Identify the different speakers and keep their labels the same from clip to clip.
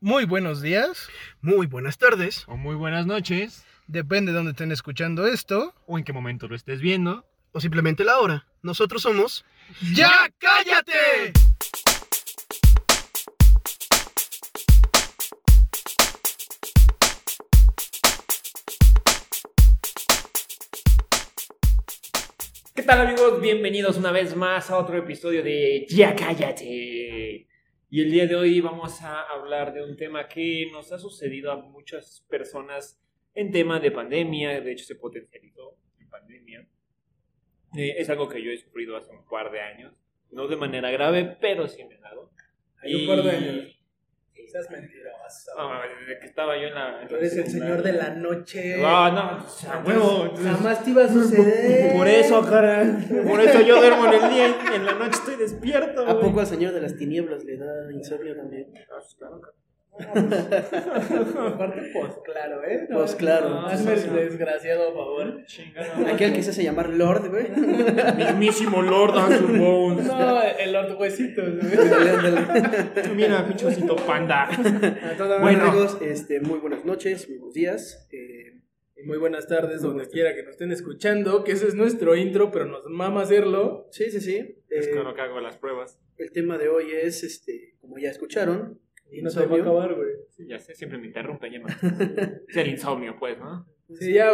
Speaker 1: Muy buenos días,
Speaker 2: Muy buenas tardes,
Speaker 3: O muy buenas noches,
Speaker 1: depende de dónde estén escuchando esto.
Speaker 3: o en qué momento lo estés viendo.
Speaker 2: o simplemente la hora. Nosotros somos...
Speaker 1: ¡Ya
Speaker 2: cállate!
Speaker 4: ¿Qué tal amigos? Bienvenidos una vez más a otro episodio de Ya Cállate. Y el día de hoy vamos a hablar de un tema que nos ha sucedido a muchas personas en tema de pandemia, de hecho se potencializó en pandemia. Eh, es algo que yo he sufrido hace un par de años, no de manera grave, pero sí me ha dado.
Speaker 5: Hay un par de años.
Speaker 4: Sí.
Speaker 5: Estás mentiroso.
Speaker 4: No, mames, desde que estaba yo en la... en
Speaker 5: Tú eres el señor de la noche.
Speaker 4: No, no, o sea, huevo, entonces-
Speaker 5: Jamás te iba a suceder.
Speaker 4: Por eso, cara. Por eso yo duermo en el día y en la noche estoy despierto.
Speaker 5: ¿A
Speaker 4: güey.
Speaker 5: poco al señor de las tinieblas le da insomnio también?
Speaker 4: Ah, pues, claro, claro.
Speaker 5: Aparte, pues claro, ¿eh? Pues claro.
Speaker 4: no,
Speaker 5: Hazme
Speaker 4: sí,
Speaker 5: el
Speaker 4: sí.
Speaker 5: desgraciado, por favor.
Speaker 4: Chingada.
Speaker 5: Aquel que se hace llamar Lord, güey.
Speaker 4: Mismísimo Lord Anson Bones.
Speaker 5: No, el Lord Huesito.
Speaker 4: Mira, pinche osito panda.
Speaker 5: bueno,
Speaker 4: Bueno.
Speaker 5: amigos, este, muy buenas noches, muy buenos días. eh,
Speaker 6: Y muy buenas tardes, donde quiera que nos estén escuchando, que ese es nuestro intro, pero nos mama hacerlo.
Speaker 5: sí, sí, sí.
Speaker 4: Es
Speaker 5: eh,
Speaker 4: con lo que hago las pruebas.
Speaker 5: el tema de hoy es, este, como ya escucharon,
Speaker 6: Y no se va a acabar, güey.
Speaker 4: Sí, ya sé, siempre me interrumpen. ya me- Es el insomnio, pues, ¿no?
Speaker 6: Sí, ya,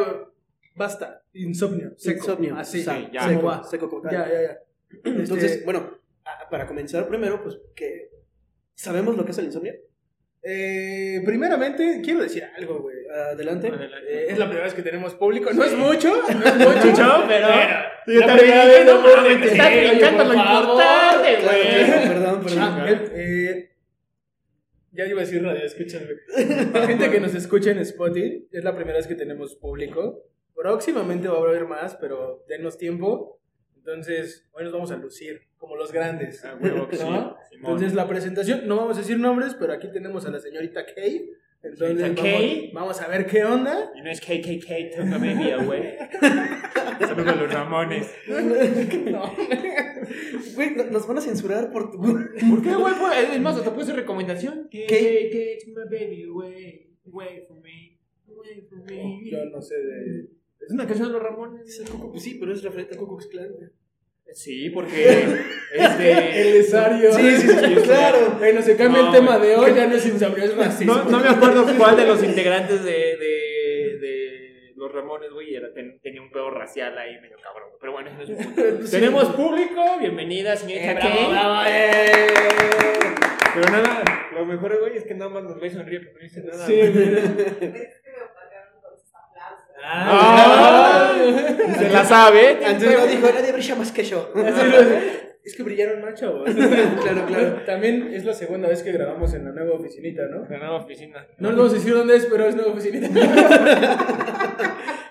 Speaker 6: basta. Insomnio. Seco.
Speaker 5: Insomnio.
Speaker 6: Así.
Speaker 5: sa-
Speaker 4: sí, ya.
Speaker 6: ¿Cómo
Speaker 5: seco,
Speaker 6: va?
Speaker 5: seco como tal.
Speaker 6: Ya, ya, ya.
Speaker 5: Entonces,
Speaker 6: Este,
Speaker 5: bueno, a- para comenzar primero, pues que sabemos lo que es el insomnio.
Speaker 6: eh, primeramente, quiero decir algo, güey.
Speaker 5: Adelante.
Speaker 6: Eh, es la primera vez que tenemos público. No es mucho, no es mucho.
Speaker 4: Mucho, pero.
Speaker 6: Yo
Speaker 4: La
Speaker 6: también,
Speaker 4: primera vez,
Speaker 6: no
Speaker 4: no
Speaker 6: mames,
Speaker 4: mames,
Speaker 6: sí,
Speaker 4: está- me
Speaker 6: oye,
Speaker 4: encanta
Speaker 6: por
Speaker 4: lo
Speaker 6: favor.
Speaker 4: importante,
Speaker 5: Claro,
Speaker 4: güey.
Speaker 5: claro, perdón,
Speaker 6: Ah,
Speaker 5: perdón.
Speaker 6: el- eh, ya iba a decir radio, escuchas, güey. La gente que nos escucha en Spotify, es la primera vez que tenemos público. Próximamente va a haber más, pero denos tiempo. Entonces, hoy nos vamos a lucir como los grandes.
Speaker 4: Ah, huevo que sí,
Speaker 6: ¿No?
Speaker 4: Simón.
Speaker 6: Entonces, la presentación, no vamos a decir nombres, pero aquí tenemos a la señorita Kay. Entonces,
Speaker 4: Señorita
Speaker 6: vamos,
Speaker 4: Kay.
Speaker 6: vamos a ver qué onda.
Speaker 4: Y no es KKK, toca media, güey. Saludos a los Ramones.
Speaker 5: Güey, no- nos van a censurar por tu.
Speaker 4: ¿Por qué, güey? Pues, Es más, hasta puse recomendación. KKK, my baby, güey. Away from me. Away from me.
Speaker 6: Yo no sé de.
Speaker 4: Es una canción de los Ramones.
Speaker 5: sí, pero es referente a Ku Klux Klan.
Speaker 4: Sí, porque este, es
Speaker 6: El
Speaker 4: de...
Speaker 6: lesario.
Speaker 5: Sí, sí, sí, claro.
Speaker 6: Bueno, se cambia
Speaker 4: No,
Speaker 6: el tema
Speaker 4: güey.
Speaker 6: de hoy, ya no es insabrio, es racismo.
Speaker 4: No, no me acuerdo cuál de los integrantes de, de, de los Ramones, güey, era, ten- tenía un pedo racial ahí medio cabrón. Pero bueno, eso no es un punto. Tenemos público, bienvenida, señorita eh. Kay. ¿Eh, Pero nada, lo mejor, güey, es que nada más nos ve y sonríe, pero no dice nada.
Speaker 6: Sí,
Speaker 4: güey.
Speaker 6: mira.
Speaker 4: Ah, se la sabe.
Speaker 5: Antes no dijo, nadie brilla más que yo.
Speaker 6: Así lo hace. Es que brillaron más, chavos.
Speaker 5: Claro, claro.
Speaker 6: También es la segunda vez que grabamos en la nueva oficinita, ¿no?
Speaker 4: La nueva oficina.
Speaker 6: No les vamos a decir dónde es, pero es nueva oficinita.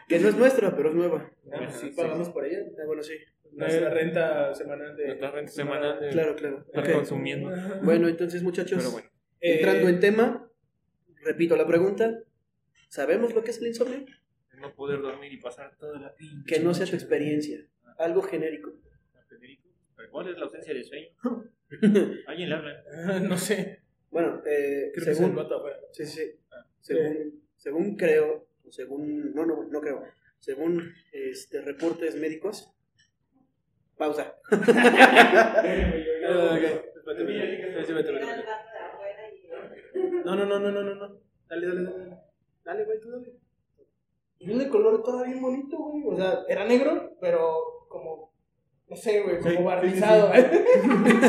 Speaker 5: Que no es nuestra, pero es nueva.
Speaker 4: Ajá, sí.
Speaker 6: Pagamos por ella. Eh,
Speaker 5: Ah, bueno, sí.
Speaker 6: Nuestra renta semanal de.
Speaker 4: Nuestra renta semanal de-
Speaker 5: Claro, claro.
Speaker 4: Está
Speaker 5: Ok.
Speaker 4: consumiendo.
Speaker 6: Ajá.
Speaker 5: Bueno, entonces, muchachos,
Speaker 4: Pero bueno.
Speaker 6: Eh,
Speaker 5: entrando en tema, repito la pregunta. ¿Sabemos lo que es el insomnio?
Speaker 4: No poder dormir y pasar toda la pinche.
Speaker 5: Que no sea tu
Speaker 4: noche.
Speaker 5: experiencia. Algo genérico.
Speaker 4: Federico, ¿pero ¿Cuál es la ausencia de sueño? Alguien le habla.
Speaker 6: Ah, No sé.
Speaker 5: Bueno, eh,
Speaker 6: Creo que es el
Speaker 5: según,
Speaker 6: vato afuera.
Speaker 5: sí, sí, sí.
Speaker 4: Ah,
Speaker 5: según, según creo, o según, no, no, no creo, según este reportes médicos, pausa.
Speaker 6: Ah, ok. Vete, vete, vete, vete, vete, vete. No, no, no, no, no, no, no. Dale, dale, dale. dale. Dale, güey, tú dale.
Speaker 5: Yo de color todavía bien bonito, güey. O sea,
Speaker 6: Era negro, pero como. No sé, güey, como
Speaker 4: Sí, sí,
Speaker 6: barnizado.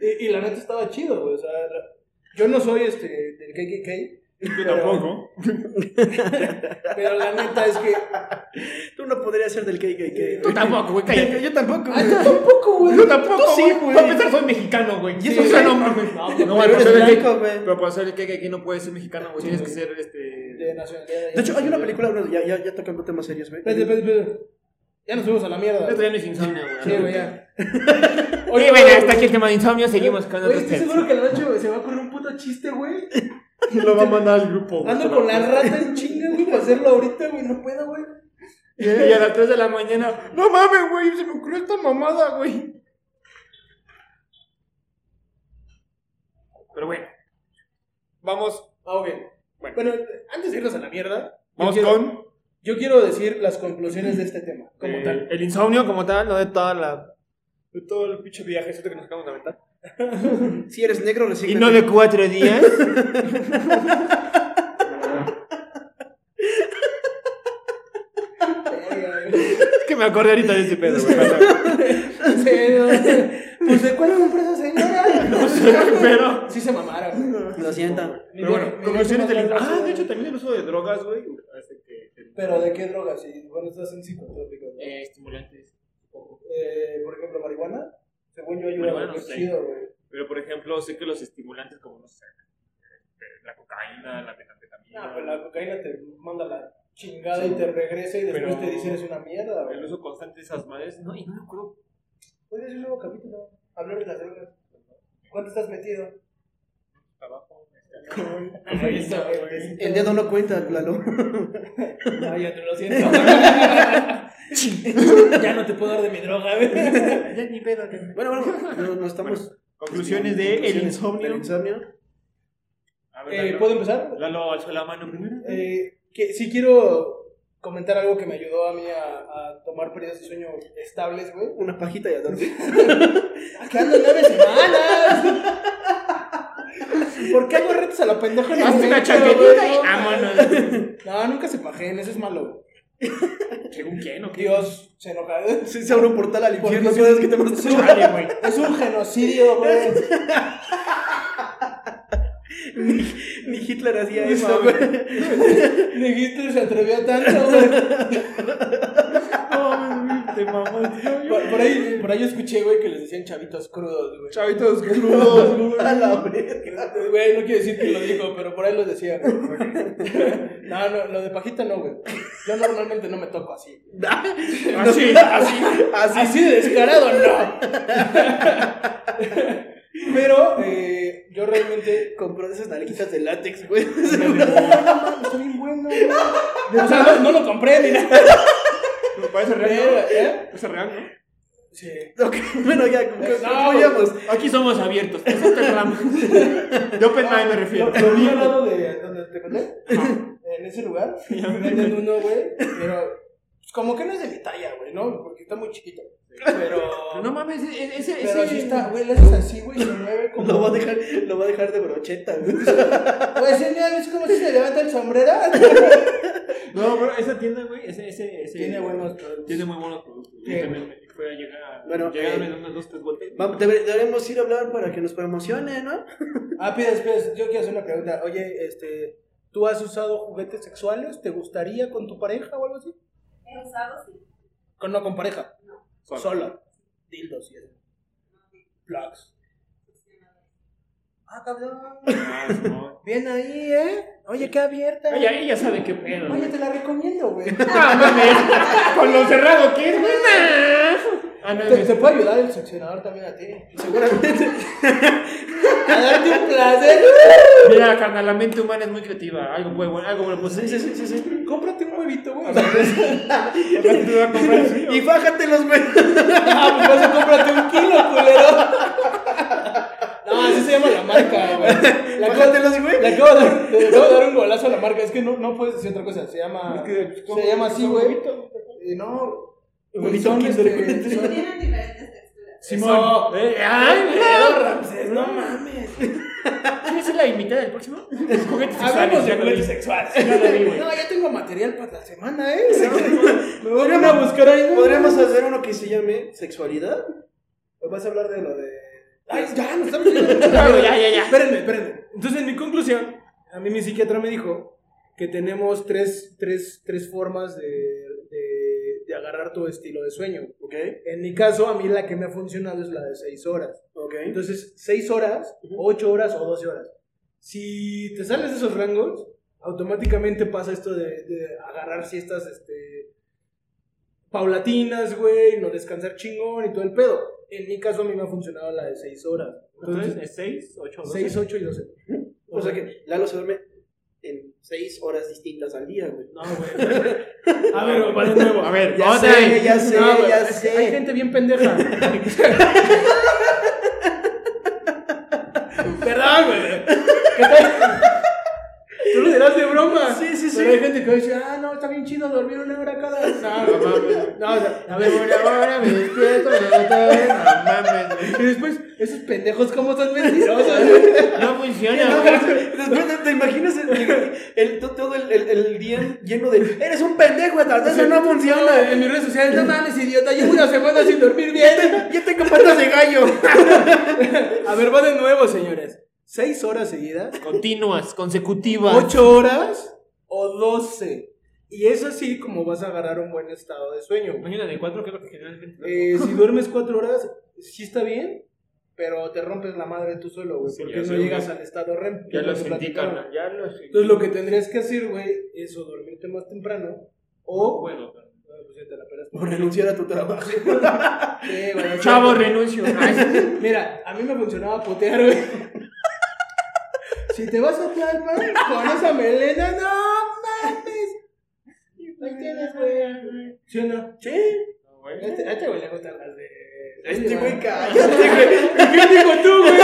Speaker 6: y, y la neta estaba chido, güey. O sea, la- yo no soy este del KKK,
Speaker 4: Yo
Speaker 6: tampoco. pero la neta es que.
Speaker 5: tú no podrías ser del KKK.
Speaker 4: Tú tampoco, güey,
Speaker 5: Yo,
Speaker 4: cállate.
Speaker 5: yo tampoco.
Speaker 6: Ah, yo tampoco, güey.
Speaker 4: Yo tampoco,
Speaker 5: sí,
Speaker 4: güey.
Speaker 5: güey.
Speaker 4: Para empezar, soy mexicano, güey. Y eso
Speaker 6: Sí,
Speaker 4: ya
Speaker 6: güey.
Speaker 4: no mames. No,
Speaker 5: Pero
Speaker 4: para
Speaker 5: eres
Speaker 4: ser el
Speaker 5: blanco,
Speaker 4: que-
Speaker 5: güey.
Speaker 4: Pero para ser el que aquí no puedes ser mexicano, güey. Tienes que ser este.
Speaker 6: De nacionalidad.
Speaker 5: De hecho, hay una película, bueno, ya, ya, ya tocando temas serios, güey.
Speaker 6: Espérate, espérate, espérate. Ya nos fuimos a la mierda.
Speaker 4: Esto ya no es insomnio, güey.
Speaker 6: Sí, güey, ya.
Speaker 4: Oye, bueno, hasta aquí el tema de insomnio. Seguimos con
Speaker 6: Güey,
Speaker 4: otros
Speaker 6: estoy
Speaker 4: temas.
Speaker 6: seguro que a la noche güey, se va a ocurrir un puto chiste, güey.
Speaker 4: Lo va a mandar al grupo.
Speaker 6: Ando con la rata en chinga, güey, para hacerlo ahorita, güey. No puedo, güey.
Speaker 4: Y a las 3 de la mañana. No mames, güey. Se me ocurrió esta mamada, güey. Pero bueno. Vamos.
Speaker 6: Ah, ok.
Speaker 4: Bueno.
Speaker 6: Bueno, antes de irnos a la mierda, yo
Speaker 4: Vamos
Speaker 6: quiero-
Speaker 4: con
Speaker 6: yo quiero decir las conclusiones de este tema, como
Speaker 4: eh,
Speaker 6: tal.
Speaker 4: El insomnio como tal, no de toda la. De todo el pinche viaje este que nos acabamos de aventar.
Speaker 5: Si eres negro,
Speaker 4: Y
Speaker 5: resígnate.
Speaker 4: no de cuatro días.
Speaker 6: eh.
Speaker 4: es que me acordé ahorita de ese pedo, güey.
Speaker 6: pues de cuál empresa, señora. No sé,
Speaker 4: pero-
Speaker 6: Sí se mamaron. güey.
Speaker 5: Lo siento.
Speaker 6: Mi
Speaker 4: Pero
Speaker 6: viejo-
Speaker 4: bueno,
Speaker 6: mi
Speaker 4: conclusiones
Speaker 6: viejo
Speaker 4: del
Speaker 6: más
Speaker 4: Ah,
Speaker 6: largo,
Speaker 4: de hecho,
Speaker 6: güey.
Speaker 4: también el uso de drogas, güey. hace que-
Speaker 6: Pero de qué drogas, sí. Bueno, estás en psicotrópicos. ¿no?
Speaker 4: Eh, estimulantes.
Speaker 6: Eh, por ejemplo, marihuana. Según yo, ayuda
Speaker 4: Marihuana,
Speaker 6: a dormir
Speaker 4: no sé.
Speaker 6: chido, güey.
Speaker 4: Pero, por ejemplo, sé que los estimulantes como, no sé, eh, la cocaína, la metanfetamina.
Speaker 6: No, pues la cocaína te manda la chingada y te regresa y después
Speaker 4: Pero-
Speaker 6: te dice eres una mierda,
Speaker 4: El
Speaker 6: güey.
Speaker 4: uso constante de esas madres. No, y no me acuerdo.
Speaker 6: Puedes hacer un nuevo capítulo. Hablar de las drogas. ¿Cuánto estás metido?
Speaker 4: Abajo.
Speaker 6: Ahí está, güey.
Speaker 5: El dedo no cuenta, Lalo.
Speaker 6: Ay, ya te lo siento. ya no te puedo dar de mi droga, güey.
Speaker 4: Ya ni pedo, ni
Speaker 5: Bueno, bueno, no, no estamos.
Speaker 4: Conclusiones de El
Speaker 5: Del
Speaker 4: Insomnio.
Speaker 5: insomnio.
Speaker 4: A ver,
Speaker 6: Eh,
Speaker 4: Lalo.
Speaker 6: ¿Puedo empezar?
Speaker 4: Lalo alzó la mano primero.
Speaker 6: Eh, que sí quiero comentar algo que me ayudó a mí a, a tomar periodos de sueño estables, güey. Ah,
Speaker 5: Una pajita y a dormir.
Speaker 6: ¡Que ando nueve semanas! ¿Por qué hago retos a la pendeja? en el
Speaker 4: Hazte una
Speaker 6: metro,
Speaker 4: chaquetita
Speaker 6: güey?
Speaker 4: y vámonos.
Speaker 6: No, nunca se pajen, eso es malo.
Speaker 4: ¿Según quién o qué?
Speaker 6: Dios se enoja.
Speaker 5: Sí, se abre un portal al
Speaker 6: Porque
Speaker 5: infierno
Speaker 6: sí.
Speaker 5: cada vez que te mandas
Speaker 6: Chale, güey. Es un genocidio, güey.
Speaker 5: Ni Hitler hacía
Speaker 6: No
Speaker 5: eso,
Speaker 6: mames.
Speaker 5: güey.
Speaker 6: Ni Hitler se atrevió a tanto, güey.
Speaker 4: Te mamaste.
Speaker 6: Por, por ahí, por ahí escuché, güey, que les decían chavitos crudos, güey.
Speaker 4: Chavitos crudos.
Speaker 5: A la verga.
Speaker 6: Güey, no quiero decir que lo dijo, pero por ahí lo decía, güey. No, no, lo de pajita no, güey. Yo normalmente no me toco así.
Speaker 4: Así, así.
Speaker 6: Así, de descarado, no. Pero eh, yo realmente.
Speaker 5: Compró esas nalguitas de látex, güey.
Speaker 6: Está bien bueno, güey. O sea, no, no lo compré, ni nada.
Speaker 4: Me parece
Speaker 6: Pero,
Speaker 4: real,
Speaker 6: ¿eh?
Speaker 4: ¿no? Parece real, ¿no?
Speaker 6: Sí.
Speaker 5: Ok, bueno, ya, como que
Speaker 6: No,
Speaker 5: concluyamos.
Speaker 4: Aquí somos abiertos. nosotros hablamos. De
Speaker 6: Pues,
Speaker 4: Open Mind me refiero.
Speaker 6: Lo, lo vi al lado de donde te conté. En ese lugar. Venden uno, güey. Pero. pues, como que no es de mi talla, güey, ¿no? Porque está muy chiquito. Pero.
Speaker 4: No mames, ese. ese,
Speaker 6: Pero
Speaker 4: ese-
Speaker 6: así está, güey, le haces así, güey, se mueve como.
Speaker 5: Lo va a dejar, lo va a dejar de brocheta, güey.
Speaker 6: Güey, señor, ¿ves cómo se le levanta el sombrero?
Speaker 4: No, pero esa tienda, güey, ese, ese, ese-
Speaker 6: Tiene buenos productos.
Speaker 4: Tiene muy buenos productos. Yo
Speaker 6: Sí.
Speaker 4: también me- fue a llegar.
Speaker 5: Bueno,
Speaker 4: llegaron
Speaker 5: eh,
Speaker 4: en unas dos, tres botellas.
Speaker 5: Vamos, debe- deberemos ir a hablar para que nos promocione, ¿no?
Speaker 6: Ah, pides, pides, yo quiero hacer una pregunta. Oye, este. ¿Tú has usado juguetes sexuales? ¿Te gustaría con tu pareja o algo así?
Speaker 7: He usado, sí.
Speaker 6: Con, no, con pareja.
Speaker 4: Solo.
Speaker 6: Solo. Dildos y eso. Plugs. Ah, cabrón.
Speaker 4: Ah, Simón.
Speaker 6: Bien ahí, ¿eh? Oye, qué abierta.
Speaker 4: Ella, ella sabe qué pedo.
Speaker 6: Oye,
Speaker 4: güey.
Speaker 6: te la recomiendo, güey.
Speaker 4: Ah, mames. Con lo cerrado que es, güey. Ah, no,
Speaker 6: Te,
Speaker 4: es-
Speaker 6: te puede ayudar el seccionador también a ti.
Speaker 5: Seguramente.
Speaker 6: A darte un placer.
Speaker 4: Mira, carnal, la mente humana es muy creativa. Algo bueno, algo bueno. Pues,
Speaker 5: Sí, sí, sí, sí, sí.
Speaker 6: Cómprate un huevito, güey.
Speaker 5: Y bájatelos, güey.
Speaker 6: Ah, pues vas a cómprate un kilo, culero. No, así se llama la marca, güey. La acabo-
Speaker 5: Bájatelos, güey.
Speaker 6: le acabo de dar, le acabo de dar un golazo a la marca. Es que no, no puedes decir otra cosa. Se llama, se llama así, güey. Eh, no. este,
Speaker 5: Huevito Kinder, güey.
Speaker 7: Tienen diferentes texturas.
Speaker 6: Simón.
Speaker 4: Eh, ay, mira.
Speaker 6: No mames.
Speaker 4: ¿Quieres ser la invitada del próximo? Juguetes
Speaker 6: Hablamos de
Speaker 4: ya lo
Speaker 6: juguetes
Speaker 4: dije.
Speaker 6: sexuales.
Speaker 4: Ya lo vi, güey.
Speaker 6: No, ya tengo material para la semana, ¿eh? Me voy a poner a buscar ahí.
Speaker 5: Podríamos hacer uno que se llame sexualidad.
Speaker 6: Vas a hablar de lo de. Ay, ya, nos estamos yendo mucho.
Speaker 4: Claro, ya, ya, ya.
Speaker 6: Espérenme, espérenme. Entonces, mi conclusión, a mí mi psiquiatra me dijo que tenemos tres, tres, tres formas de, de, de agarrar tu estilo de sueño.
Speaker 5: Ok,
Speaker 6: En mi caso, a mí la que me ha funcionado es la de seis horas.
Speaker 5: ok.
Speaker 6: Entonces, seis horas, ocho horas o 12 horas. Si te sales de esos rangos, automáticamente pasa esto de, de agarrar siestas este, paulatinas, güey, no descansar chingón y todo el pedo. En mi caso, a mí me ha funcionado la de seis horas.
Speaker 4: Entonces, ¿es 6, 8, 12?
Speaker 6: 6, 8 y 12.
Speaker 5: O sea que Lalo se duerme en seis horas distintas al día, güey.
Speaker 6: No, güey.
Speaker 4: A ver, va de nuevo. A ver,
Speaker 5: Ya
Speaker 4: vamos
Speaker 5: sé,
Speaker 4: a ver.
Speaker 5: ya sé,
Speaker 6: No, güey,
Speaker 5: ya
Speaker 6: es que
Speaker 5: sé.
Speaker 6: Hay gente bien pendeja. Perdón, güey. Ah, ¿Qué tal? lo dirás de broma.
Speaker 5: Sí, sí, sí.
Speaker 6: Pero hay gente que dice, ah, no, está bien chido dormir una hora cada vez. No, no mames. No, o sea, a ver, una hora me despierto, me voy otra vez. No
Speaker 5: Pues-
Speaker 6: mames. Y después, esos pendejos, ¿cómo son mentirosos?
Speaker 4: No funciona,
Speaker 5: No,
Speaker 4: güey.
Speaker 5: pero Después te, te imaginas el, el- to- todo el, el- el día lleno de eres un pendejo, tal vez eso no funciona.
Speaker 6: En mis redes sociales, no mames, idiota, llevo una semana sin dormir bien.
Speaker 5: Yo tengo patas de gallo.
Speaker 6: A ver, va de nuevo, señores. ¿Seis horas seguidas?
Speaker 4: Continuas, consecutivas.
Speaker 6: ¿Ocho horas? ¿O doce? Y es así como vas a agarrar un buen estado de sueño. güey.
Speaker 4: Imagínate, cuatro, que es lo que generalmente.
Speaker 6: Eh, si duermes cuatro horas, sí está bien, pero te rompes la madre tú solo, güey,
Speaker 4: Sí,
Speaker 6: porque
Speaker 4: ya
Speaker 6: no
Speaker 4: sé,
Speaker 6: llegas
Speaker 4: güey.
Speaker 6: al estado REM.
Speaker 4: Ya
Speaker 6: que
Speaker 4: lo
Speaker 6: nos
Speaker 4: sentí,
Speaker 6: platicaron.
Speaker 4: carnal. Ya lo sentí.
Speaker 6: Entonces lo que tendrías que hacer, güey, es o dormirte más temprano o...
Speaker 4: Bueno, carnal.
Speaker 6: Bueno, pues ya te la pelas.
Speaker 5: O renunciar a tu trabajo.
Speaker 6: Sí, bueno, sí.
Speaker 4: Chavo, renuncio. Ay, sí.
Speaker 6: Mira, a mí me funcionaba putear, güey. si te vas a Tlalpan con esa melena, no mames. Ahí tienes, güey. ¿Sí o no? Sí.
Speaker 4: No, güey.
Speaker 6: A este a este güey le gustan las de...
Speaker 5: Este güey
Speaker 6: Sullivan.
Speaker 5: cállate, güey.
Speaker 6: ¿Qué dijo tú, güey?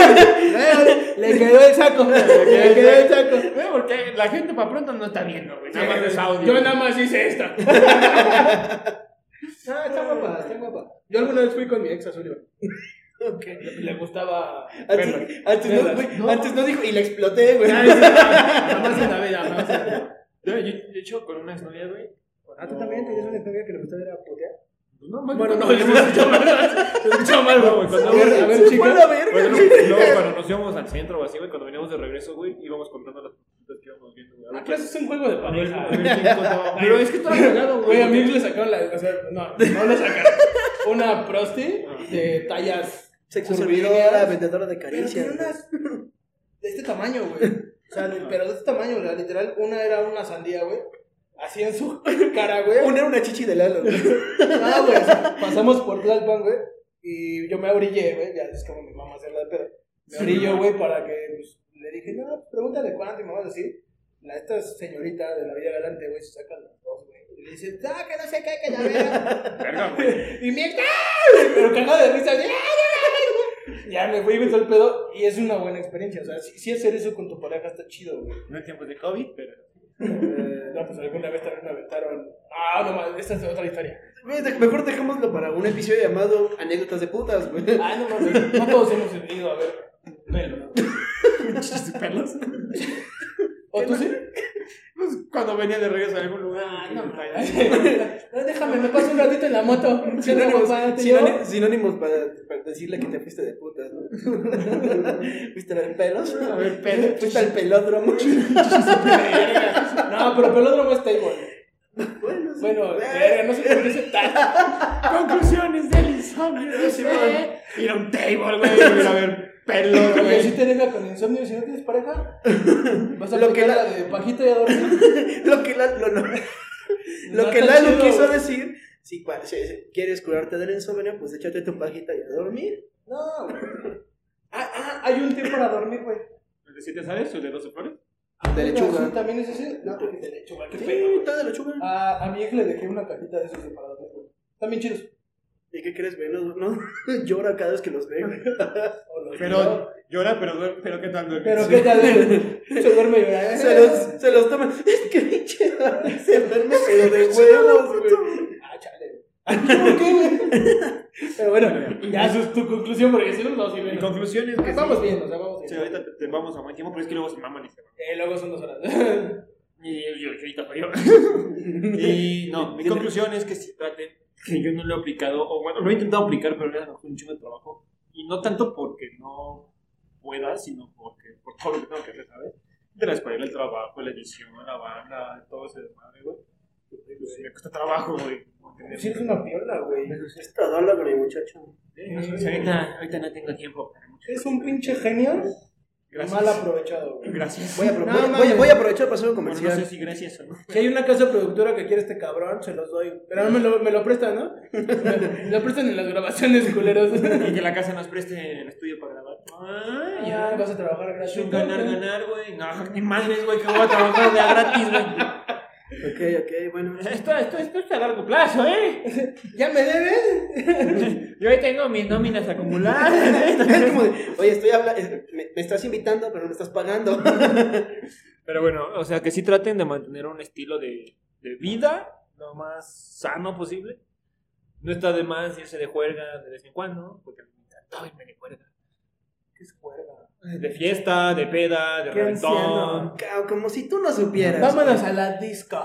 Speaker 6: Le quedó el saco. Le quedó el saco.
Speaker 4: Güey, porque la gente para pronto no está viendo, güey. Nada más es audio.
Speaker 6: Yo nada más hice esta. Ah, está guapa, está guapa. Yo alguna vez fui con mi ex a Sullivan.
Speaker 5: Ok.
Speaker 6: Le gustaba. verla.
Speaker 5: Antes, antes no, güey, antes no dijo y la exploté, güey.
Speaker 6: Ya, ya, ya, Jamás en la vida, jamás en la vida.
Speaker 4: Yo, yo, yo he hecho con una novia, güey.
Speaker 6: Ah, tú también tenías una novia que le gustaba ir a putear.
Speaker 4: No, man,
Speaker 6: Bueno, no,
Speaker 4: cuando-
Speaker 6: yo me escucho mal. Me escucho mal, güey.
Speaker 4: cuando-
Speaker 6: A ver, a ver,
Speaker 5: Se fue a
Speaker 6: chicos.
Speaker 5: la verga.
Speaker 4: Bueno, luego, luego cuando nos íbamos al centro o así, güey, cuando veníamos de regreso, güey, íbamos contando las cosas que íbamos viendo, güey. A ver
Speaker 6: Ah, Claro, es un juego de
Speaker 4: quién- a ver,
Speaker 6: pareja.
Speaker 4: Ah, a ver quién contaba. Pero es que tú has cagado,
Speaker 6: Güey, a mí
Speaker 4: güey.
Speaker 6: le sacaron la. O sea, no, no le sacaron. Una prosti de tallas.
Speaker 5: Sexo
Speaker 6: curvilíneas.
Speaker 5: servidora, vendedora de
Speaker 6: Pero
Speaker 5: caricias.
Speaker 6: tiene unas. De este tamaño, güey. O sea, de- pero de este tamaño, o sea, literal. Una era una sandía, güey. Así en su cara, güey.
Speaker 5: Una era una chichi de Lalo. güey.
Speaker 6: Nada, güey. o sea, pasamos por Tlalpan, güey. Y yo me orillé, güey. Ya es como mi mamá hacer la pedo. Me orillo, güey, para que pues, le dije, no, pregúntale cuánto. Y me vas a decir, la, esta señorita de la vida galante, güey, se saca las dos, güey. Y le dice, no, que no se cae, que la vea.
Speaker 4: Verga, güey.
Speaker 6: Y me ¡Ah! pero cagado de risa. así, ¡ah, ya, ya, ya! Ya me fui y me todo el pedo. Y es una buena experiencia. O sea, si, si hacer eso con tu pareja está chido, güey.
Speaker 4: No en tiempos de COVID, pero.
Speaker 6: Eh, no, pues alguna vez también me aventaron. Ah, no, mames, esta es otra historia.
Speaker 5: Güey, de- Mejor dejémoslo para un episodio llamado Anécdotas de putas, güey.
Speaker 6: Ah, no mames, no todos hemos sentido, a ver. Pelo.
Speaker 4: ¿Pelos?
Speaker 6: ¿O tú sí?
Speaker 4: Pues cuando venía de regreso a algún lugar.
Speaker 6: Ah, no mames. No, déjame, me paso un ratito en la moto. Sí, no,
Speaker 5: Sinónimos,
Speaker 6: papá, te llevo.
Speaker 5: sinóni- sinónimos para, para decirle que te fuiste de putas, ¿no? ¿Fuiste a ver pelos?
Speaker 4: A ver, pelos.
Speaker 5: ¿Fuiste al pelódromo?
Speaker 6: No, pero pelódromo es table.
Speaker 5: bueno, eh, sí.
Speaker 6: Bueno, verga, no sé por qué se tal.
Speaker 4: Conclusiones del insomnio. dice, Ir a un table, güey. Ir a ver pelos,
Speaker 6: Porque si
Speaker 4: güey.
Speaker 6: te deja con insomnio, si no tienes pareja, vas a
Speaker 5: Lo
Speaker 6: lo
Speaker 5: que
Speaker 6: que
Speaker 5: la-
Speaker 6: la de pajita y a dormir.
Speaker 5: lo que, la, lo, lo- lo
Speaker 6: No
Speaker 5: que
Speaker 6: está
Speaker 5: Lalo
Speaker 6: chido,
Speaker 5: quiso
Speaker 6: güey.
Speaker 5: decir, si, cua- si- si quieres curarte del insomnio, pues échate tu pajita y a dormir.
Speaker 6: No. Ah, ah, hay un tiempo para dormir, güey.
Speaker 4: ¿El de siete sabes? ¿El de 12 flores?
Speaker 5: Ah,
Speaker 6: Ah,
Speaker 5: De
Speaker 6: ¿Sí,
Speaker 5: lechuga.
Speaker 6: ¿También es ese? No, porque de lechuga, qué
Speaker 5: Sí,
Speaker 6: pedo. güey.
Speaker 5: está de lechuga.
Speaker 6: A, a mi ex le dejé una cajita de esos de para dormir, güey. También chidos.
Speaker 5: ¿Y qué crees, güey? No, no, llora cada vez que los veo.
Speaker 6: O los dos.
Speaker 4: Pero llora, pero duerme. Pero qué tal duerme.
Speaker 6: Pero qué tal se duerme Ah, llorando.
Speaker 5: Se los, se los toma. Es que pinche Lalo se duerme, pero de huevos, güey.
Speaker 6: Ah, chale. ¿Por qué, güey? Pero bueno, ya eso es tu conclusión porque si no no sirve.
Speaker 4: Mi
Speaker 6: nada.
Speaker 4: conclusión es que.
Speaker 6: Vamos
Speaker 4: sí.
Speaker 6: bien, o sea, vamos bien.
Speaker 4: Sí, ahorita te, te vamos a buen tiempo, pero es que luego se maman y se van.
Speaker 6: Eh, luego son dos horas.
Speaker 4: Y yo, yo ahorita fue yo. Y no, mi conclusión es que si traten, que yo no lo he aplicado, o bueno, lo he intentado aplicar, pero me ha un chingo de trabajo. Y no tanto porque no pueda, sino porque por todo lo que tengo que hacer, ¿sabes? De la escuela, el trabajo, la edición, la banda, todo ese desmadre, güey. Pues, me cuesta trabajo, güey. mantenerme.
Speaker 6: Sí, eres una piola, güey.
Speaker 5: Está dólar con el muchacho.
Speaker 4: Sí, Eh, ahorita, ahorita no tengo tiempo para mucho.
Speaker 6: Es un pinche genio
Speaker 4: Gracias.
Speaker 6: mal aprovechado, güey.
Speaker 4: Gracias.
Speaker 5: Voy a, apro-
Speaker 6: No,
Speaker 5: voy-
Speaker 6: mames.
Speaker 5: voy a- voy a aprovechar para hacer un
Speaker 4: Bueno, no
Speaker 5: comercial.
Speaker 4: sé si gracias o no.
Speaker 6: Si hay una casa productora que quiere este cabrón, se los doy. Pero no me lo, me lo prestan, ¿no? Me, me lo prestan en las grabaciones, culeros.
Speaker 4: Y que la casa nos preste el estudio para grabar. Ah,
Speaker 6: Ya, vas a trabajar
Speaker 4: Es un
Speaker 6: gratis.
Speaker 4: ganar, ganar, güey. No, ni madres, güey, que voy a trabajar de a gratis, güey.
Speaker 5: Ok, ok, bueno.
Speaker 4: Esto, esto, esto es a largo plazo, ¿eh?
Speaker 6: ¿Ya me debes?
Speaker 4: Yo ahí tengo mis nóminas acumuladas.
Speaker 5: Es como de, Oye, estoy hablando, me, me estás invitando, pero no me estás pagando.
Speaker 4: Pero bueno, o sea, que sí traten de mantener un estilo de, de vida lo más sano posible. No está de más irse de juerga de vez en cuando, porque me encantó irme de juerga.
Speaker 6: ¿Qué es cuerda?
Speaker 4: De fiesta, de peda, de
Speaker 6: Qué
Speaker 4: reventón.
Speaker 6: anciano.
Speaker 5: Cao, Como si tú no supieras.
Speaker 6: Vámonos a la disco.